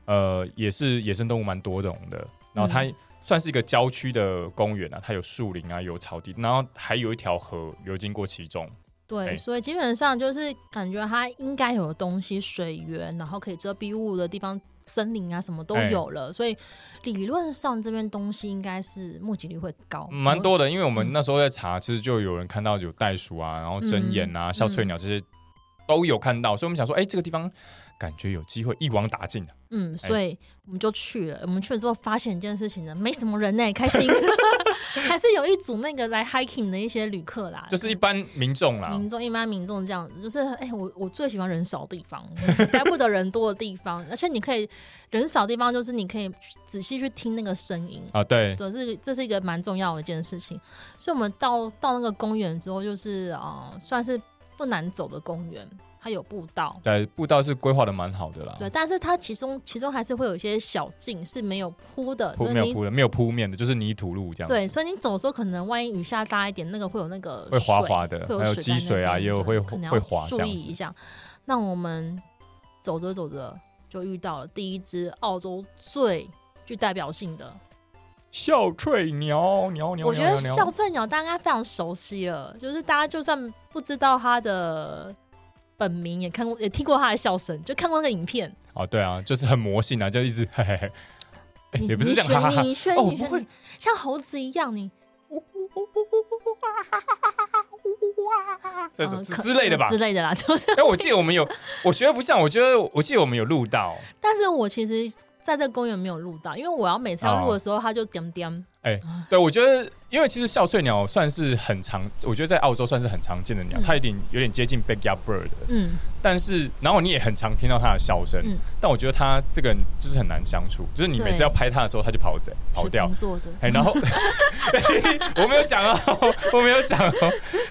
S2: 呃也是野生动物蛮多种的，然后它。
S1: 嗯
S2: 算是一个郊区的公园啊，它有树林啊，有草地，然后还有一条河流经过其中。
S1: 对，
S2: 哎
S1: 所以基本上就是感觉它应该有的东西，水源，然后可以遮蔽物的地方，森林啊什么都
S2: 哎
S1: 有了，所以理论上这边东西应该是募集率会高，
S2: 蛮多的，因为我
S1: 哦嗯
S2: 们那时候在查，其实就有人看到有袋鼠啊，然后针眼啊、
S1: 嗯
S2: 笑翠鸟这些都有看到，所以我们想说，哎、这个地方感觉有机会一网打尽、啊、
S1: 嗯，所以我们就去了。我们去了之后发现一件事情呢，没什么人 呢、开心， 还是有一组那个来 hiking 的一些旅客啦，
S2: 就是一般民众啦。
S1: 啊民众一般民众这样子，就是哎、我我最喜欢人少的地方， 待不得人多的地方，而且你可以人少的地方，就是你可以仔细去听那个声音。
S2: 啊，对，
S1: 对，这个这是一个蛮重要的一件事情，所以我们到到那个公园之后，就是啊、呃算是不难走的公园，它有步道，
S2: 对，步道是规划的蛮好的啦，
S1: 对，但是它其中其中还是会有一些小径是没有铺的，
S2: 铺
S1: 就是
S2: 没有
S1: 你
S2: 铺的，没有铺面的，就是泥土路这样子，
S1: 对，所以你走的时候可能万一雨下大一点，那个会有那个
S2: 会滑
S1: 水
S2: 滑的，
S1: 会
S2: 还有
S1: 有在
S2: 积水
S1: 那
S2: 啊，
S1: 边
S2: 也有
S1: 对
S2: 会
S1: 可能要
S2: 会滑这
S1: 注
S2: 样
S1: 意一
S2: 子。
S1: 下。那我们走着走着就遇到了第一只澳洲最具代表性的，
S2: 笑翠鸟，鸟鸟，
S1: 我觉得
S2: 鸟
S1: 笑翠鸟大家应该非常熟悉了，就是大家就算不知道它的本名，也看过也听过它的笑声，就看过那个影片。
S2: 哦，对啊，就是很魔性啊，就一直嘿嘿
S1: 嗯
S2: 嘿，哎
S1: 你
S2: 也不是这样，
S1: 你学
S2: 哈哈哈
S1: 你学
S2: 哦，我
S1: 你
S2: 不
S1: 学
S2: 会
S1: 你，像猴子一样，你
S2: 这种
S1: 呃
S2: 之
S1: 可
S2: 之类的吧
S1: 之，类的啦， 就是。
S2: 哎、我记得我们有，我学得不像，我觉得我记得我们有录到，
S1: 但是我其实在这个公园没有录到，因为我要每次要录
S2: 啊
S1: 的时候，它就点点。
S2: 对我觉得，因为其实笑翠鸟算是很常，我觉得在澳洲算是很常见的鸟，
S1: 嗯
S2: 它有点有点接近 backyard bird，
S1: 嗯，
S2: 但是然后你也很常听到它的笑声，
S1: 嗯
S2: 但我觉得它这个人就是很难相处，就是你每次
S1: 对嗯
S2: 要拍它的时候，它就跑掉跑
S1: 水
S2: 掉
S1: 瓶，座的。
S2: 哎、然后我没有讲哦，我没有讲哦，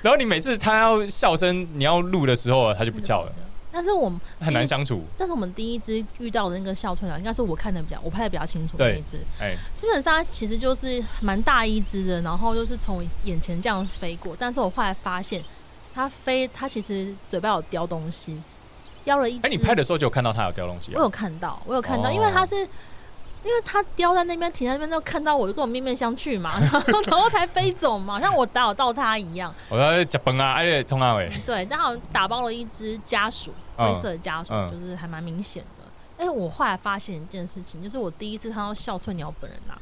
S2: 然后你每次它要笑声，你要录的时候，它就不叫了，
S1: 但是我们
S2: 很难相处，
S1: 但是我们第一只遇到的那个笑翠鸟，应该是我看的比较，我拍的比较清楚的
S2: 对
S1: 那一只。
S2: 哎、
S1: 基本上它其实就是蛮大一只的，然后就是从我眼前这样飞过。但是我后来发现，它飞，它其实嘴巴有叼东西，叼了一只。
S2: 哎、你拍的时候就有看到它有掉东西、
S1: 我
S2: 啊，
S1: 有看到，我有看到，
S2: 哦
S1: 因为他是。因为他叼在那边，停在那边就看到我，就跟我面面相觑 嘛，然后然后才飞走嘛，像我打扰到他一样。
S2: 我在讲崩啊，哎，冲 啊喂，
S1: 对，刚好打包了一只家属，
S2: 嗯
S1: 灰色的家属，
S2: 嗯
S1: 就是还蛮明显的。但是我后来发现一件事情，就是我第一次看到笑翠鸟本人啦、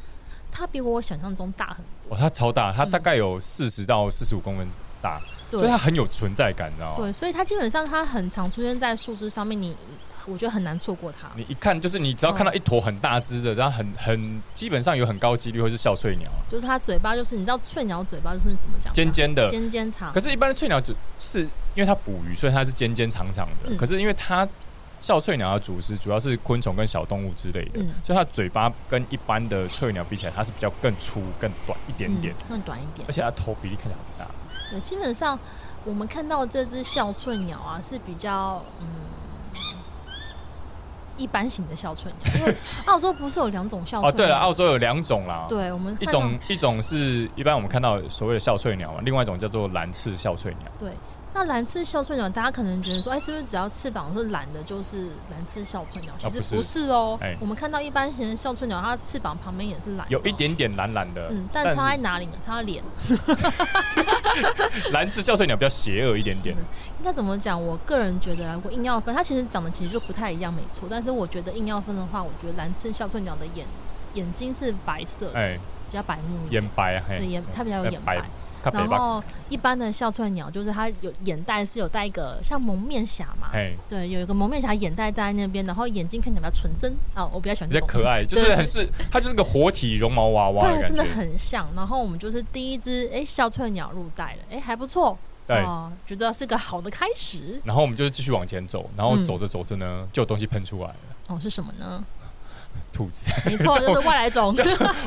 S1: 它比我想象中大很
S2: 哇，它超大，它
S1: 嗯
S2: 大概有四十到四十五公分大，
S1: 多。
S2: 所以它很有存在感，你知道吗？
S1: 对，所以它基本上它很常出现在树枝上面，你我觉得很难错过它。
S2: 你一看就是，你只要看到一坨很大只的，然后很很基本上有很高几率会是笑翠鸟，
S1: 就是它嘴巴，就是你知道翠鸟嘴巴就是怎么讲吗？
S2: 尖尖的。
S1: 尖尖长嗯
S2: 可。是，一般的翠鸟就是因为它捕鱼，所以它是尖尖长长的。
S1: 嗯
S2: 可是，因为它笑翠鸟的主食主要是昆虫跟小动物之类的，
S1: 嗯
S2: 所以它嘴巴跟一般的翠鸟比起来，它是比较更粗、更短一点点，
S1: 嗯，更短一点
S2: 而。且它头比例看起来很大。
S1: 对，基本上我们看到这只笑翠鸟啊，是比较嗯一般型的哮春鸟，因 为澳洲不是有两种哮
S2: 哦，
S1: 春？
S2: 对了，，澳洲有两种啦，
S1: 对我们
S2: 一
S1: 看到
S2: 种一种是一般我们看到所谓的笑翠鸟嘛，另外一种叫做蓝翅笑翠鸟。
S1: 那蓝翅哮春鸟，大家可能觉得说，哎，是不是只要翅膀是蓝的，就是蓝翅哮春鸟？其
S2: 不是
S1: 实不是哦。
S2: 哎
S1: 我们看到一般型的哮春鸟，它翅膀旁边也是蓝的哦，
S2: 有一点点蓝蓝的，
S1: 嗯，但
S2: 但
S1: 差在
S2: 是
S1: 哪里呢？差在脸。
S2: 蓝翅笑翠鸟比较邪恶一点点。
S1: 应该怎么讲？我个人觉得啊，如果硬要分，它其实长得其实就不太一样，没错。但是我觉得硬要分的话，我觉得蓝翅哮春鸟的眼眼睛是白色的，
S2: 哎，
S1: 比较白目一点，
S2: 眼白啊，嘿
S1: 嗯对眼它比较有眼白。
S2: 它北
S1: 然
S2: 吧，
S1: 后一般的哮春鸟就是它有眼袋是有戴一个像蒙面侠嘛，
S2: 哎，
S1: 对，有一个蒙面侠眼袋戴在那边，然后眼睛看起来比较纯真啊、我比较喜欢
S2: 比
S1: 这
S2: 较
S1: 种。
S2: 可爱，就是很是它就是个活体绒毛娃娃的
S1: 对，
S2: 感
S1: 真
S2: 觉
S1: 的。很像。然后我们就是第一只哎哮翠鸟入袋了，哎还不错，
S2: 对，
S1: 哦觉得是个好的开始。
S2: 然后我们就继续往前走，然后
S1: 嗯
S2: 走着走着呢，就有东西喷出来了，
S1: 哦，是什么呢？
S2: 兔 子
S1: 没错，就是外来种。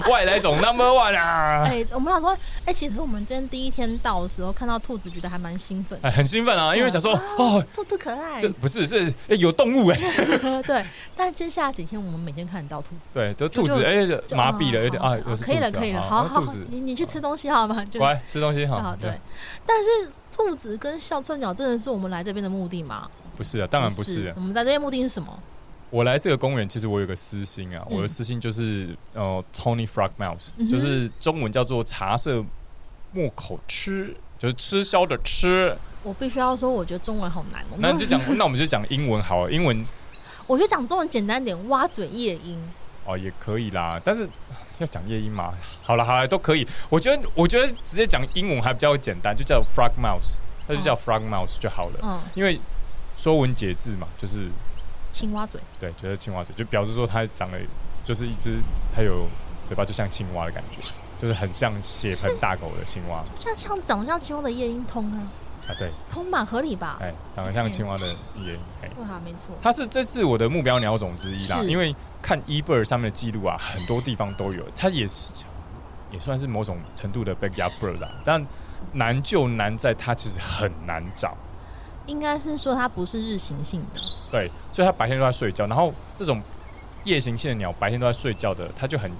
S2: 外来种 number one 啊，
S1: 哎，我们想说，哎，其实我们今天第一天到的时候看到兔子，觉得还蛮兴奋，
S2: 哎，很兴奋啊，因为想说哦，
S1: 兔兔可爱
S2: 这。不是是哎有动物哎，
S1: 对，但接下来几天我们每天看得到兔子，
S2: 对，就兔子
S1: 就
S2: 哎
S1: 就
S2: 麻痹了，
S1: 哦
S2: 有点
S1: 好
S2: 啊，
S1: 好
S2: 又是
S1: 可以
S2: 兔
S1: 了，
S2: 子啊
S1: 可以了，
S2: 啊
S1: 好好
S2: 兔
S1: 好
S2: 子，
S1: 你你去吃东西好吗？就
S2: 乖吃东西
S1: 啊
S2: 哈，，
S1: 对，。但是兔子跟哮春鸟真的是我们来这边的目的吗？
S2: 不是啊，当然不是啊。
S1: 我们来这边目的是什么？
S2: 我来这个公园，其实我有个私心啊，
S1: 嗯
S2: 我的私心就是呃，Tony Frog Mouse，、
S1: 嗯哼
S2: 就是中文叫做茶色木口吃，就是吃消的吃。
S1: 我必须要说，我觉得中文好难哦。
S2: 那你就讲， 那我们就讲英文好了，英文
S1: 我觉得讲中文简单点，挖嘴夜莺。
S2: 哦也可以啦，但是要讲夜莺嘛，好了好了都可以。我觉得我觉得直接讲英文还比较简单，就叫 Frog Mouse，那就叫
S1: 哦
S2: Frog Mouse 就好了，
S1: 嗯，
S2: 因为说文解字嘛，就是
S1: 青蛙嘴。
S2: 对，就是青蛙嘴，就表示说它长得就是一只，它有嘴巴就像青蛙的感觉，就是很像血盆大口的青蛙啊，
S1: 像像长得像青蛙的夜莺通啊，
S2: 对，
S1: 通吧，合理吧？
S2: 哎，长得像青蛙的眼，哎，
S1: 对啊，没错。
S2: 它是这次我的目标鸟种之一啦，
S1: 是
S2: 因为看 eBird 上面的记录啊，很多地方都有，它也是也算是某种程度的 backyard bird 啦，但难就难在它其实很难找。
S1: 应该是说它不是日行性的，
S2: 对，所以它白天都在睡觉，然后这种夜行性的鸟白天都在睡觉的，它就很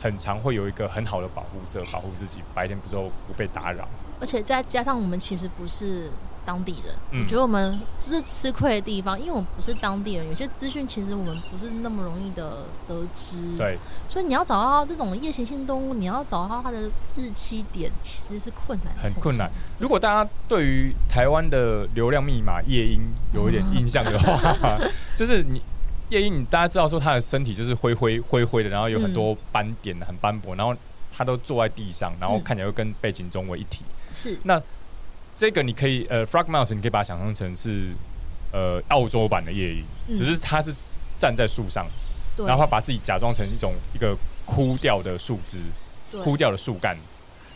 S2: 很常会有一个很好的保护色，保护自己白天不受不被打扰。
S1: 而且再加上我们其实不是当地人，
S2: 嗯
S1: 我觉得我们这是吃亏的地方，因为我们不是当地人，有些资讯其实我们不是那么容易的得知。，
S2: 对，
S1: 所以你要找到这种夜行性动物，你要找到它的日期点，其实是困难，
S2: 很困难。。如果大家对于台湾的流量密码夜莺有一点印象 的话，就是你。夜莺，你大家知道说它的身体就是灰灰灰灰的，然后有
S1: 嗯
S2: 很多斑点，很斑驳，然后它都坐在地上，然后
S1: 嗯
S2: 看起来又跟背景中为一体。
S1: 是
S2: 这个你可以呃，frog mouse 你可以把它想象成是呃澳洲版的夜莺，
S1: 嗯
S2: 只是它是站在树上，
S1: 对，
S2: 然后它把自己假装成一种一个枯掉的树枝、
S1: 对
S2: 枯掉的树干。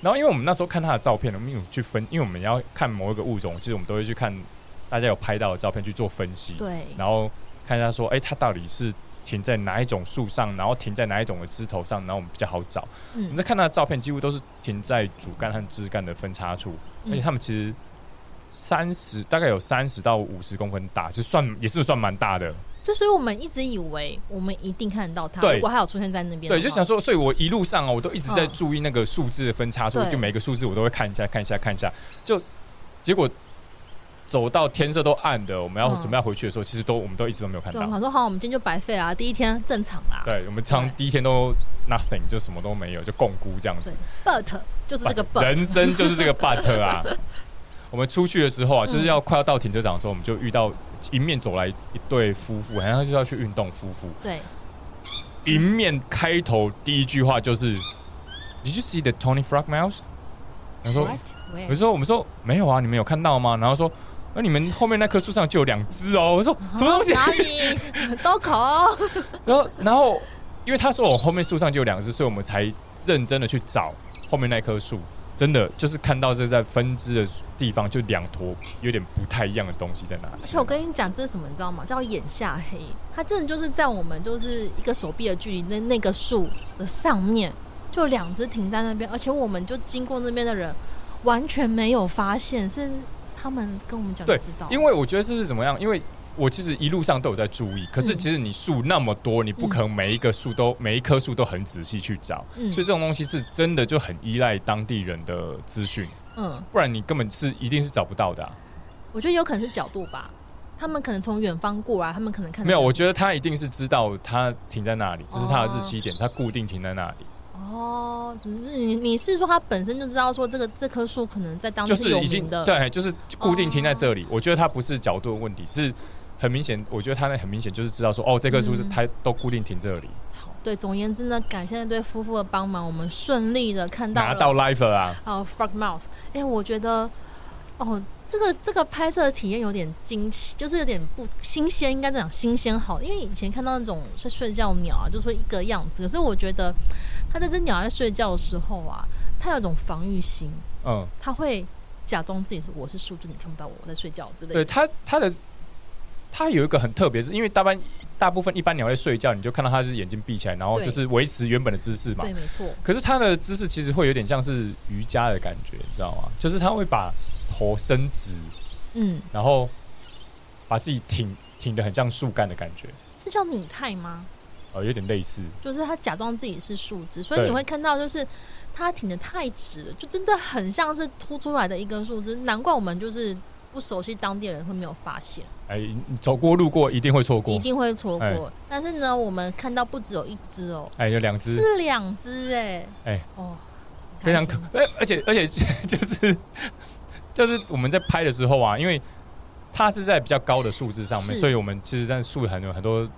S2: 然后因为我们那时候看它的照片，我们有去分，因为我们要看某一个物种，其实我们都会去看大家有拍到的照片去做分析，
S1: 对，
S2: 然后看一下说，哎，它到底是。停在哪一种树上，然后停在哪一种的枝头上，然后我们比较好找。我
S1: 嗯
S2: 们在看它的照片，几乎都是停在主干和枝干的分叉处，
S1: 嗯
S2: 而且他们其实三十大概有三十到五十公分大，是算也是算蛮大的。
S1: 就所以我们一直以为我们一定看得到它，
S2: 对
S1: 如果它有出现在那边的话，
S2: 对，就想说，所以我一路上哦，我都一直在
S1: 嗯
S2: 注意那个数字的分叉，所以
S1: 对
S2: 就每个数字我都会看一下，看一下，看一下。就结果走到天色都暗的，我们要
S1: 嗯
S2: 准备要回去的时候，其实都我们都一直都没有看
S1: 对，我
S2: 到。
S1: 想说好，我们今天就白费啦，第一天正常啦。
S2: 对，我们常
S1: 对
S2: 第一天都 nothing，就什么都没有，就共估这样子
S1: 对。，but 就是这个 but，
S2: 人生就是这个 but 啊。我们出去的时候
S1: 嗯
S2: 啊，就是要快要到停车场的时候，我们就遇到迎面走来一对夫妇，好像就是要去运动夫妇。
S1: 对，嗯
S2: 迎面开头第一句话就是，Did you see the Tony Frog mouse？然后说，
S1: What? Where?
S2: 我说我们说没有啊，你们有看到吗？然后说，那你们后面那棵树上就有两只哦。
S1: 啊
S2: 我说什么东西？
S1: 哪里？刀口？
S2: 然后然后因为他说我后面树上就有两只，所以我们才认真的去找后面那棵树。真的就是看到这在分支的地方，就两坨有点不太一样的东西在那里。
S1: 而且我跟你讲，这是什么，你知道吗？叫眼下黑。它真的就是在我们就是一个手臂的距离，那那个树的上面就两只停在那边，而且我们就经过那边的人完全没有发现，是他们跟我们讲就
S2: 对
S1: 知道，。
S2: 因为我觉得这是怎么样？因为我其实一路上都有在注意，可是
S1: 嗯
S2: 其实你树那么多，你不可能每一个树都、每一棵树都很仔细去找，
S1: 嗯
S2: 所以这种东西是真的就很依赖当地人的资讯，
S1: 嗯，
S2: 不然你根本是一定是找不到的啊、
S1: 我觉得有可能是角度吧，他们可能从远方过来，他们可能看得
S2: 没有，
S1: 到
S2: 我觉得他一定是知道他停在那里，这是他的
S1: 哦
S2: 日期点，他固定停在那里，
S1: 哦，嗯你你是说他本身就知道说这个这棵树可能在当
S2: 就
S1: 地
S2: 是
S1: 哦有
S2: 已经
S1: 名的，哦
S2: 对，就是固定停在这里。我觉得他不是角度的问题，是很明显，我觉得他那很明显就是知道说，哦，这棵树是
S1: 嗯
S2: 它都固定停这里，
S1: 好对，总而言之呢，感谢那对夫妇的帮忙，我们顺利的看到
S2: 拿
S1: 了
S2: 到 life 啊，
S1: 哦 frog mouth，哎、我觉得哦，这个这个拍摄的体验有点惊奇，就是有点不新鲜，应该这样新鲜好，因为以前看到那种是睡觉鸟啊，就说一个样子，可是我觉得它这只鸟在睡觉的时候啊，它有种防御心，
S2: 嗯，
S1: 它会假装自己是我是树枝，你看不到我，我在睡觉之类
S2: 对
S1: 的。
S2: 它它的它有一个很特别，是因为大半大部分一般鸟在睡觉，你就看到它是眼睛闭起来，然后
S1: 对
S2: 就是维持原本的姿势嘛。
S1: 对，没错，
S2: 可是它的姿势其实会有点像是瑜伽的感觉，你知道吗？就是它会把头伸直，
S1: 嗯，
S2: 然后把自己挺挺的很像树干的感觉，
S1: 这叫拟态吗？
S2: 呃，有点类似。
S1: 就是它假装自己是树枝，所以
S2: 对
S1: 你会看到就是它挺的太直了，就真的很像是凸出来的一根树枝，难怪我们就是。不熟悉当地人会没有发现，
S2: 哎，你走过路过一定会错
S1: 一
S2: 过。
S1: 定会错过。
S2: 哎
S1: 但是呢，我们看到不只有一只哦，
S2: 哎，有两只
S1: 是两只哎，
S2: 哎
S1: 哦，很
S2: 非常
S1: 开
S2: 可
S1: 心，
S2: 而而且而且 就是就是我们在拍的时候啊，因为它是在比较高的树枝上面，
S1: 是
S2: 所以我们其实在树很有很多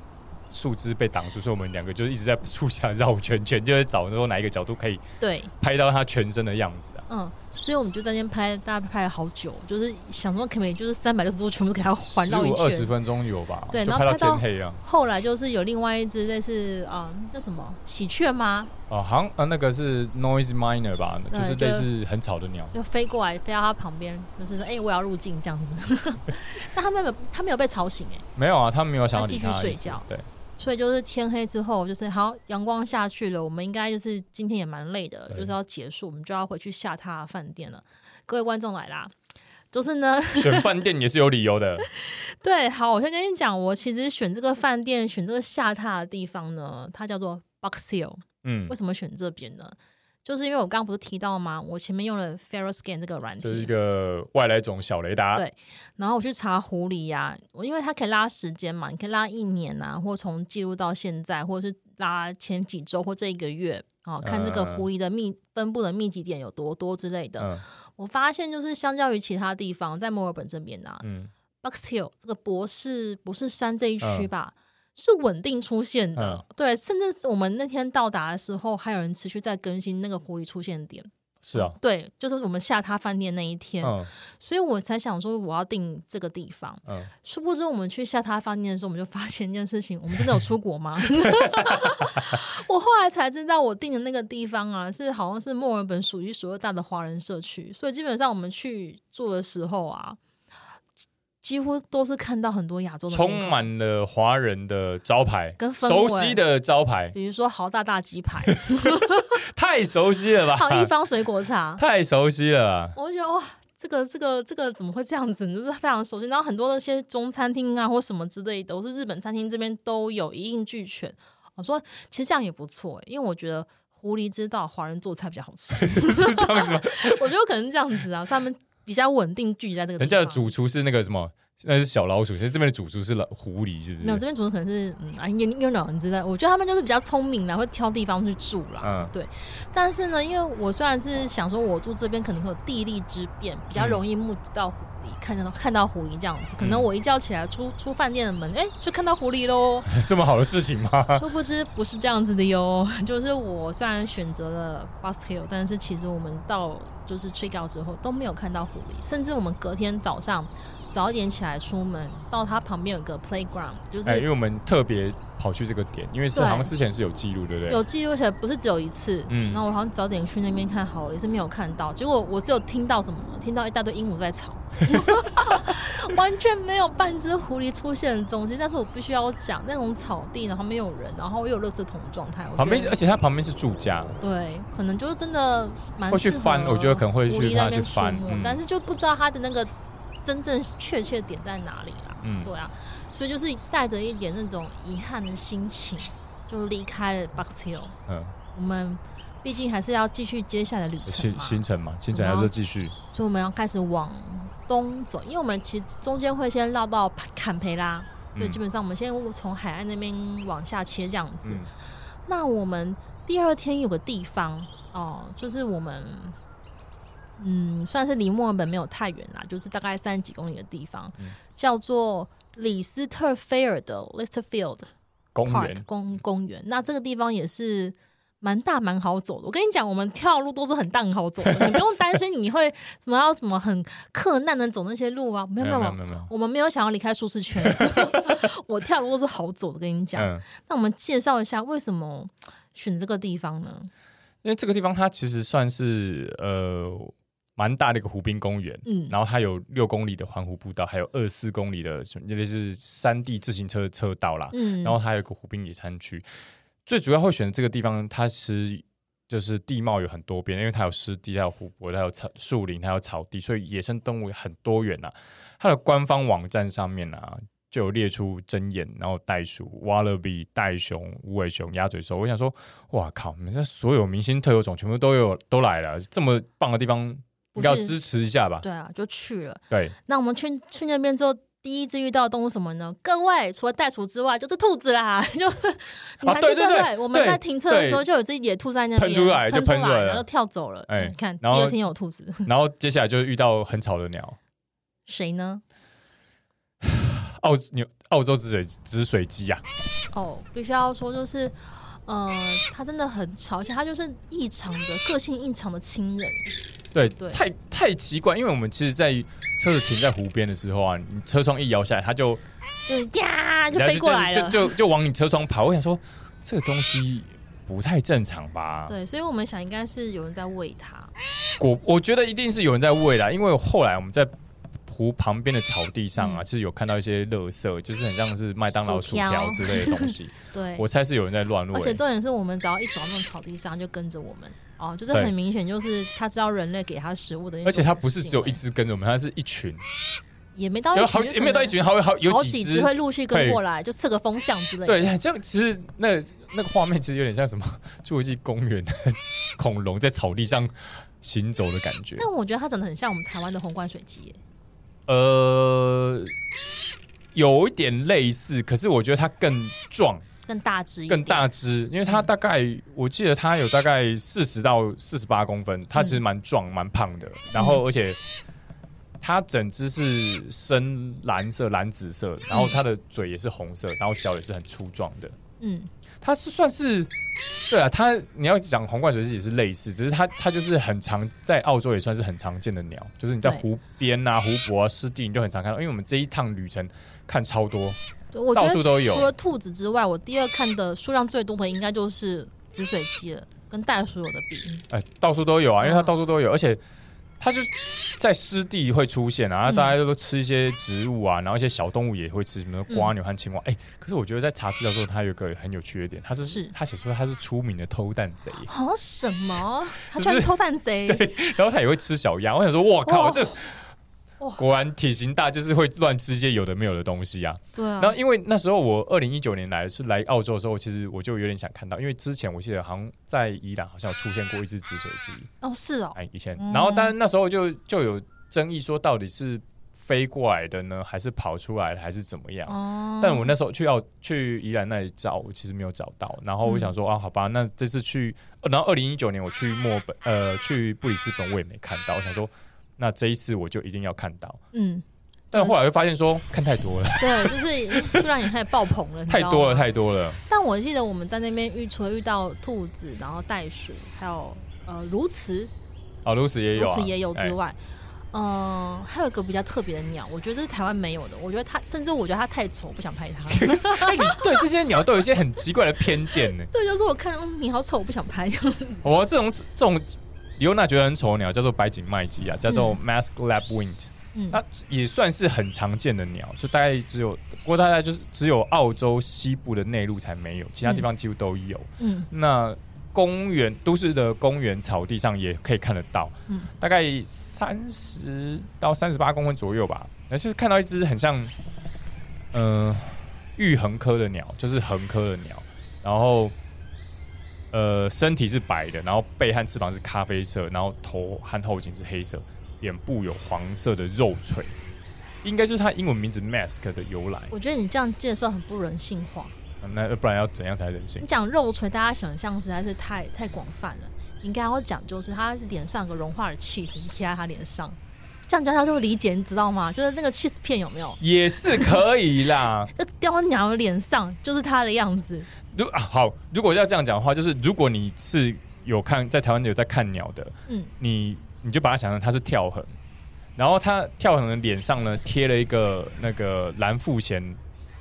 S2: 树枝被挡住，所以我们两个就一直在树下绕圈圈，就是找说哪一个角度可以
S1: 对，
S2: 拍到它全身的样子啊。
S1: 嗯，所以我们就在那边拍，大家拍了好久，就是想说可不可以就是三百六十度全部给它环
S2: 十
S1: 绕一
S2: 五二十
S1: 圈。
S2: 分钟有吧？
S1: 对
S2: 就
S1: 然后
S2: 拍到
S1: 拍到
S2: 天黑啊。
S1: 后来就是有另外一只类似啊、嗯叫什么喜鹊吗？
S2: 哦，好像呃那个是 noise miner 吧，就
S1: 对
S2: 是
S1: 就
S2: 类似很吵的鸟。
S1: 就飞过来，飞到它旁边，就是说，哎、我要入境这样子。 但他没有，他没有被吵醒，哎，
S2: 没有啊，他没有想要
S1: 它
S2: 理
S1: 继续
S2: 它的
S1: 睡
S2: 意思
S1: 觉
S2: 对，
S1: 所以就是天黑之后，就是好阳光下去了，我们应该就是今天也蛮累的，
S2: 对
S1: 就是要结束，我们就要回去下榻饭店了。各位观众来啦，就是呢，
S2: 选饭店也是有理由的。
S1: 对，好，我先跟你讲，我其实选这个饭店，选这个下榻的地方呢，它叫做 Box Hill。
S2: 嗯
S1: 为，什么选这边呢？就是因为我刚刚不是提到吗？我前面用了 Ferroscan 这个软体，
S2: 就是一个外来种小雷达。
S1: 对然后我去查狐狸呀、我因为它可以拉时间嘛，你可以拉一年啊，或从记录到现在，或者是拉前几周或这一个月，哦，看这个
S2: 嗯
S1: 狐狸的密分布的密集点有多多之类的。
S2: 嗯
S1: 我发现就是相较于其他地方，在墨尔本这边啊、
S2: 嗯
S1: b u x Hill 这个博士博士山这一区吧。是稳定出现的，
S2: 嗯
S1: 对，甚至是我们那天到达的时候，还有人持续在更新那个狐狸出现点。
S2: 是啊，
S1: 对，就是我们下榻饭店那一天，
S2: 嗯
S1: 所以我才想说我要订这个地方。
S2: 嗯，
S1: 殊不知，我们去下榻饭店的时候，我们就发现一件事情：我们真的有出国 吗？ 我后来才知道，我订的那个地方啊，是好像是墨尔本数一数二大的华人社区，所以基本上我们去住的时候啊，几几乎都是看到很多亚洲的面孔
S2: 充满了华人的招牌，
S1: 跟氛
S2: 熟
S1: 围
S2: 悉的招牌，
S1: 比如说豪大大鸡 排，
S2: 太熟悉了
S1: 还有一
S2: 吧？
S1: 方水果茶，
S2: 太熟悉了吧，
S1: 我就觉得哇，这个这个这个怎么会这样子？就是非常熟悉。然后很多的一些中餐厅啊或什么之类的，都是日本餐厅这边都有一应俱全。我说其实这样也不错、欸因为我觉得狐狸知道华人做菜比较好吃，
S2: 是这样子吗？
S1: 我觉得可能是这样子啊，所以他们比较稳定聚集在这个地方。
S2: 人家的主厨是那个什么，那是小老鼠，其实这边的主厨是老狐狸，是不
S1: 没有这
S2: 是？
S1: 边主厨可能是嗯啊，因为老人知道，我觉得他们就是比较聪明啦，会挑地方去住啦。
S2: 嗯
S1: 但是呢，因为我虽然是想说，我住这边可能会有地利之便，比较容易目击到狐狸，看到看到狐狸这样子。可能我一觉起来出出饭店的门，哎、就看到狐狸喽。
S2: 这么好的事情吗？
S1: 殊不知不是这样子的哟。就是我虽然选择了 Bus Hill，但是其实我们到就是 check out 之后都没有看到狐狸，甚至我们隔天早上早一点起来出门，到它旁边有个 playground，就是
S2: 哎，因为我们特别跑去这个点，因为是
S1: 对
S2: 好像之前是有记录，对不对
S1: 有？记录，而且不是只有一次。
S2: 嗯
S1: 嗯，然后我好像早点去那边看好了，也是没有看到。结果我只有听到什么，听到一大堆鹦鹉在 吵， 完全没有半只狐狸出现的踪迹。但是我必须要讲，那种草地，然后没有人，然后又有垃圾桶的状态，我
S2: 旁边
S1: 觉，得
S2: 而且它旁边是住家，
S1: 对，可能就是真的蛮
S2: 会去
S1: 适合
S2: 翻我觉得可能会去
S1: 狐狸在那边
S2: 让它去翻
S1: 出没
S2: 嗯
S1: 但是就不知道它的那个真正确切点在哪里啦。
S2: 嗯
S1: 对啊，所以就是带着一点那种遗憾的心情，就离开了 Box Hill。
S2: 嗯，
S1: 我们毕竟还是要继续接下来的旅程
S2: 行
S1: 嘛，
S2: 行程嘛，行程还是继续。
S1: 所以我们要开始往东走，因为我们其实中间会先绕到坎培拉，所以
S2: 嗯
S1: 基本上我们先从海岸那边往下切这样子。
S2: 嗯
S1: 那我们第二天有个地方哦，就是我们嗯，算是离墨尔本没有太远啦，就是大概三十几公里的地方，
S2: 嗯
S1: 叫做里斯特菲尔的 Listerfield
S2: 公
S1: Park
S2: 园，
S1: 公公园。那这个地方也是。蛮大蛮好走的，我跟你讲，我们跳路都是很大很好走的，你不用担心你会什么要什么很克难的走那些路啊，没有没有，没有
S2: 没有没有没嗯有，
S1: 我们没有想要离开舒适 圈，我跳路都是好走的，跟你讲。
S2: 嗯，
S1: 那我们介绍一下为什么选这个地方呢？
S2: 因为这个地方它其实算是呃蛮大的一个湖滨公园，
S1: 嗯，
S2: 然后它有六公里的环湖步道，还有二四公里的类似山地自行车车道啦，
S1: 嗯，
S2: 然后它有一个湖滨野餐区。最主要会选这个地方，它是就是地貌有很多变，因为它有湿地，它有湖泊，它有草树林，它有草地，所以野生动物很多元啊。它的官方网站上面啊，就有列出针眼，然后袋鼠、wallaby、袋熊、无尾熊、鸭嘴兽。我想说，哇靠！你们这所有明星特有种全部都有都来了，这么棒的地方，
S1: 不是
S2: 应该要支持一下吧？
S1: 对啊，就去了。
S2: 对，
S1: 那我们去去那边之后，第一次遇到的动物是什么呢？各位，除了袋鼠之外，就是兔子啦。 就你还记
S2: 啊对
S1: 得
S2: 对对
S1: 我们在停车的时候
S2: 对
S1: 就有只野兔在那边
S2: 喷出来就
S1: 喷出
S2: 喷出来了
S1: 然后跳走了。
S2: 哎
S1: 哎，你看第
S2: 然后
S1: 二天有兔子，
S2: 然后接下来就遇到很吵的鸟，
S1: 谁呢？
S2: 澳牛澳洲紫水紫水鸡啊，
S1: 哦，必须要说就是。呃，它真的很吵，而且它就是异常的个性异常的亲人，
S2: 对，
S1: 对
S2: 太太奇怪，因为我们其实，在车子停在湖边的时候啊，你车窗一摇下来，它就
S1: 就是呀就飞过来
S2: 就
S1: 了
S2: 就。就就往你车窗跑。我想说，这个东西不太正常吧？
S1: 对，所以我们想应该是有人在喂它。
S2: 我我觉得一定是有人在喂啦，因为后来我们在湖旁边的草地上啊，是有看到一些垃圾，就是很像是麦当劳
S1: 嗯
S2: 薯
S1: 薯条
S2: 条之类的东西。
S1: 对，
S2: 我猜是有人在乱喂
S1: 而，且重点是我们只要一走到那种草地上，就跟着我们哦，就是
S2: 对
S1: 很明显，就是他知道人类给他食物的那种行为，
S2: 而且它不是只有一只跟着我们，它是一群，
S1: 也没到哦
S2: 有
S1: 一
S2: 好
S1: 群，
S2: 有没有到一，群，还有好有
S1: 好
S2: 几
S1: 几
S2: 只
S1: 只会陆续跟
S2: 对
S1: 过来，就测个风向之类的。
S2: 对，这样其实那那个画面其实有点像什么 侏罗纪公园的恐龙在草地上行走的感觉。
S1: 但我觉得它长得很像我们台湾的红冠水鸡耶，
S2: 呃，有一点类似，可是我觉得它更壮、
S1: 更大只一点，嗯
S2: 更大只，因为它大概我记得它有大概四十到四十八公分，它
S1: 嗯
S2: 其实蛮壮、蛮胖的，然后而且。它整只是深蓝色、蓝紫色，然后它的嘴也是红色，然后脚也是很粗壮的。
S1: 嗯，
S2: 它是算是，对啊，它你要讲红冠水鸡也是类似，只是它它就是很常在澳洲也算是很常见的鸟，就是你在
S1: 对
S2: 湖边啊、湖泊啊、湿地，你就很常看到。因为我们这一趟旅程看超多，
S1: 对，我
S2: 到
S1: 觉
S2: 处
S1: 得
S2: 都有
S1: 除了兔子之外，我第二看的数量最多的应该就是紫水鸡了，跟袋鼠有的比，
S2: 哎、到处都有啊，因为它
S1: 嗯
S2: 到处都有，而且它就在湿地会出现啊，
S1: 嗯
S2: 然后大家都吃一些植物啊，然后一些小动物也会吃，什么瓜
S1: 嗯
S2: 牛和青蛙。哎、可是我觉得在查资料的时候，它有一个很有趣的点，它是
S1: 是
S2: 它写出它是出名的偷蛋贼，
S1: 好、什么？它
S2: 就是
S1: 居然偷蛋贼，
S2: 然后它也会吃小鸭。我想说，我靠，
S1: 哇
S2: 这
S1: 哇
S2: 果然体型大就是会乱吃一些有的没有的东西啊。
S1: 对啊
S2: 然，后因为那时候我二零一九年来是来澳洲的时候，其实我就有点想看到，因为之前我记得好像在宜兰好像有出现过一只紫水鸡，
S1: 哦是哦，
S2: 哎，以前
S1: 嗯，
S2: 然后但是那时候就就有争议说到底是飞过来的呢，还是跑出来的，还是怎么样？
S1: 哦，
S2: 但我那时候去澳去宜兰那里找，我其实没有找到。然后我
S1: 嗯
S2: 想说、啊，好吧，那这次去，呃然后二零一九年我去墨尔本，呃，去布里斯本我也没看到。我想说，那这一次我就一定要看到。
S1: 嗯，
S2: 但后来会发现说，看太 多了，
S1: 对，就是数量也开始爆棚了，你知
S2: 太
S1: 道
S2: 多
S1: 吗
S2: 了，太多了。
S1: 但我记得我们在那边遇除了遇到兔子，然后袋鼠，还有呃鸬鹚，
S2: 哦，露丝也有、
S1: 鸬
S2: 啊，
S1: 鹚也有
S2: 哎
S1: 之外，嗯、还有一个比较特别的鸟，我觉得这是台湾没有的。我觉得它，甚至我觉得它太丑，不想拍 它。
S2: 哎，你对这些鸟都有一些很奇怪的偏见呢。
S1: 对，就是我看，嗯，你好丑，我不想拍。
S2: 我这种这种李欧娜觉得很丑的鸟叫做白颈麦鸡啊，叫做 Mask Lab Winged，、
S1: 嗯，
S2: 它也算是很常见的鸟，就大概只有，不过大概就是只有澳洲西部的内陆才没有，其他地方几乎都有。
S1: 嗯，
S2: 那公园都市的公园草地上也可以看得到，
S3: 嗯
S2: 大概三十到三十八公分左右吧。然后就是看到一只很像，呃，玉衡科的鸟，就是衡科的鸟，然后呃身体是白的，然后背和翅膀是咖啡色，然后头和后颈是黑色，脸部有黄色的肉垂，应该就是它英文名字 mask 的由来。
S1: 我觉得你这样介绍很不人性化。
S2: 那不然要怎样才人性
S1: 你？讲肉垂，大家想象实在是太太广泛了。你应该要讲就是他脸上有个融化的 cheese，你贴在他脸上，这样大家就会理解，你知道吗？就是那个 cheese 片有没有？
S2: 也是可以啦。
S1: 就雕鸟的脸上就是他的样子，
S2: 如啊好，如果要这样讲的话，就是如果你是有看在台湾有在看鸟的，
S1: 嗯，
S2: 你你就把它想成它是跳痕，然后它跳痕的脸上呢贴了一个那个蓝腹鹇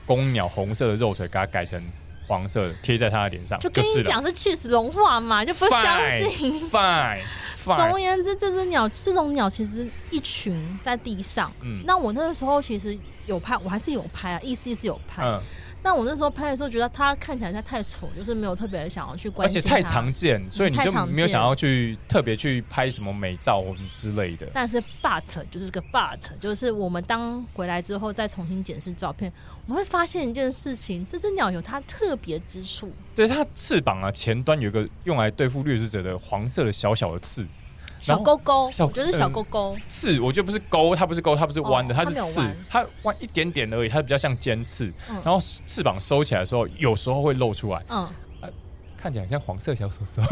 S2: 公鸟红色的肉水，给它改成黄色的贴在它的脸上，
S1: 就跟你讲是 cheese 融化嘛，就不相信。
S2: ，fine
S1: 总
S2: fine，
S1: 而言之，这只鸟，这种鸟其实一群在地上。
S2: 嗯
S1: 那我那个时候其实有拍，我还是有拍啊，意思意思有拍。
S2: 嗯，
S1: 那我那时候拍的时候，觉得它看起来它太丑，就是没有特别的想要去
S2: 而
S1: 关
S2: 且
S1: 心它。嗯
S2: 太常见，所以你
S1: 太
S2: 就
S1: 常
S2: 没有
S1: 见
S2: 想要去特别去拍什么美照或之类的。
S1: 但是 but 就是这个 but，就是我们当回来之后再重新检视照片，我们会发现一件事情：这只鸟有它特别之处。
S2: 对，它翅膀啊前端有一个用来对付掠食者的黄色的小小的刺，然
S1: 小
S2: 后
S1: 勾勾，
S2: 小呃
S1: 我觉得是小勾勾，
S2: 刺我觉得不是勾，它不是勾，它不是弯的，
S1: 哦
S2: 它
S1: 它
S2: 是
S1: 没有
S2: 刺
S1: 弯，
S2: 它弯一点点而已，它比较像尖刺。
S1: 嗯
S2: 然后翅膀收起来的时候，有时候会露出来，
S1: 嗯，
S2: 看起来很像黄色小手手。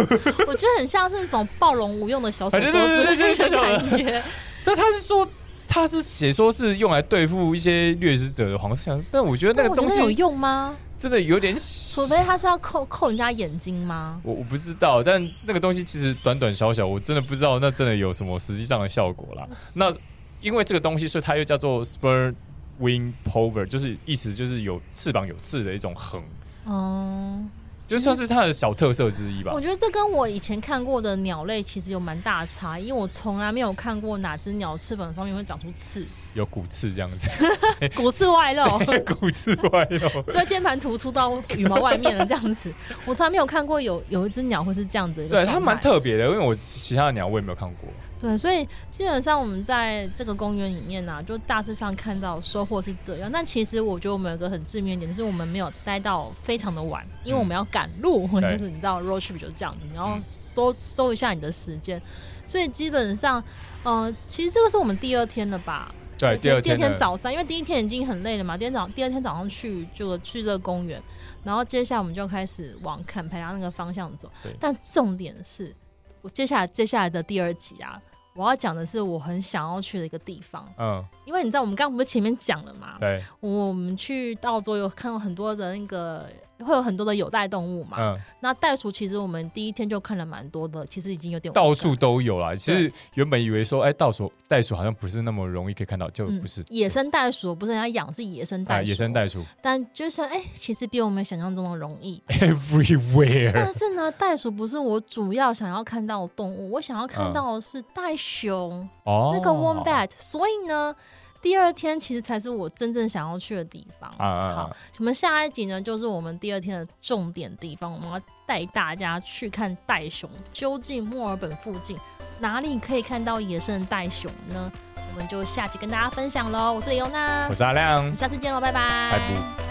S1: 我觉得很像是那种暴龙无用的小手手之
S2: 哎对
S1: 类
S2: 对对对对
S1: 的
S2: 对对
S1: 感觉。
S2: 但它是说，它是写说是用来对付一些掠食者的黄色小手，但我觉得那
S1: 但
S2: 个
S1: 我觉
S2: 东
S1: 得有
S2: 西
S1: 用吗？
S2: 真的有点
S1: 除
S2: 小，
S1: 非它是要扣扣人家眼睛吗？
S2: 我我不知道，但那个东西其实短短小小，我真的不知道那真的有什么实际上的效果啦。那因为这个东西，所以它又叫做 spur wing pover，就是意思就是有翅膀有刺的一种横，
S1: 嗯，
S2: 就算是它的小特色之一吧
S1: 我。觉得这跟我以前看过的鸟类其实有蛮大的差异，因为我从来没有看过哪只鸟翅膀上面会长出刺，
S2: 有骨刺这样子，
S1: 骨刺外 露。
S2: 骨刺外 露。
S1: 所以键盘突出到羽毛外面了，这样子，我从来没有看过有有一只鸟会是这样子的一个
S2: 对，
S1: 状
S2: 它蛮
S1: 态
S2: 特别的，因为我其他的鸟我也没有看过。
S1: 对，所以基本上我们在这个公园里面呢、就大致上看到收获是这样。但其实我觉得我们有个很致命的点，就是我们没有待到非常的晚，因为我们要赶路，
S2: 嗯
S1: 就是你知道 road trip 就是这样子，你要搜搜一下你的时间。所以基本上，呃，其实这个是我们第二天的吧。
S2: 对，第二
S1: 第二
S2: 天呢
S1: 天早上，因为第一天已经很累了嘛，第二天早第二天早上去这个去这个公园，然后接下来我们就开始往坎培拉那个方向走
S2: 对。
S1: 但重点是，我接下来接下来的第二集啊，我要讲的是我很想要去的一个地方，
S2: 嗯，
S1: 因为你知道我们刚刚不是前面讲了嘛，
S2: 对，
S1: 我们去澳洲有看到很多的那个会有很多的有袋动物嘛，
S2: 嗯，
S1: 那袋鼠其实我们第一天就看了蛮多的，其实已经有点
S2: 到
S1: 无感
S2: 处都有啦。其实原本以为说，哎，袋鼠袋鼠好像不是那么容易可以看到，就
S1: 嗯
S2: 不是
S1: 野生袋鼠，不是人家养是野生袋
S2: 啊，
S1: 鼠，
S2: 野生袋鼠。
S1: 但就是哎、其实比我们想象中的容易
S2: everywhere。
S1: 但是呢，袋鼠不是我主要想要看到的动物，我想要看到的是袋熊、
S2: 哦，
S1: 那个 warm dad。所以呢，第二天其实才是我真正想要去的地方。
S2: 啊啊
S1: 好
S2: 啊，
S1: 我们下一集呢，就是我们第二天的重点地方，我们要带大家去看袋熊，究竟墨尔本附近哪里可以看到野生的袋熊呢？我们就下集跟大家分享喽。我是李优娜，
S2: 我
S1: 我
S2: 是阿亮
S1: 们，下次见喽，拜拜，
S2: 拜拜。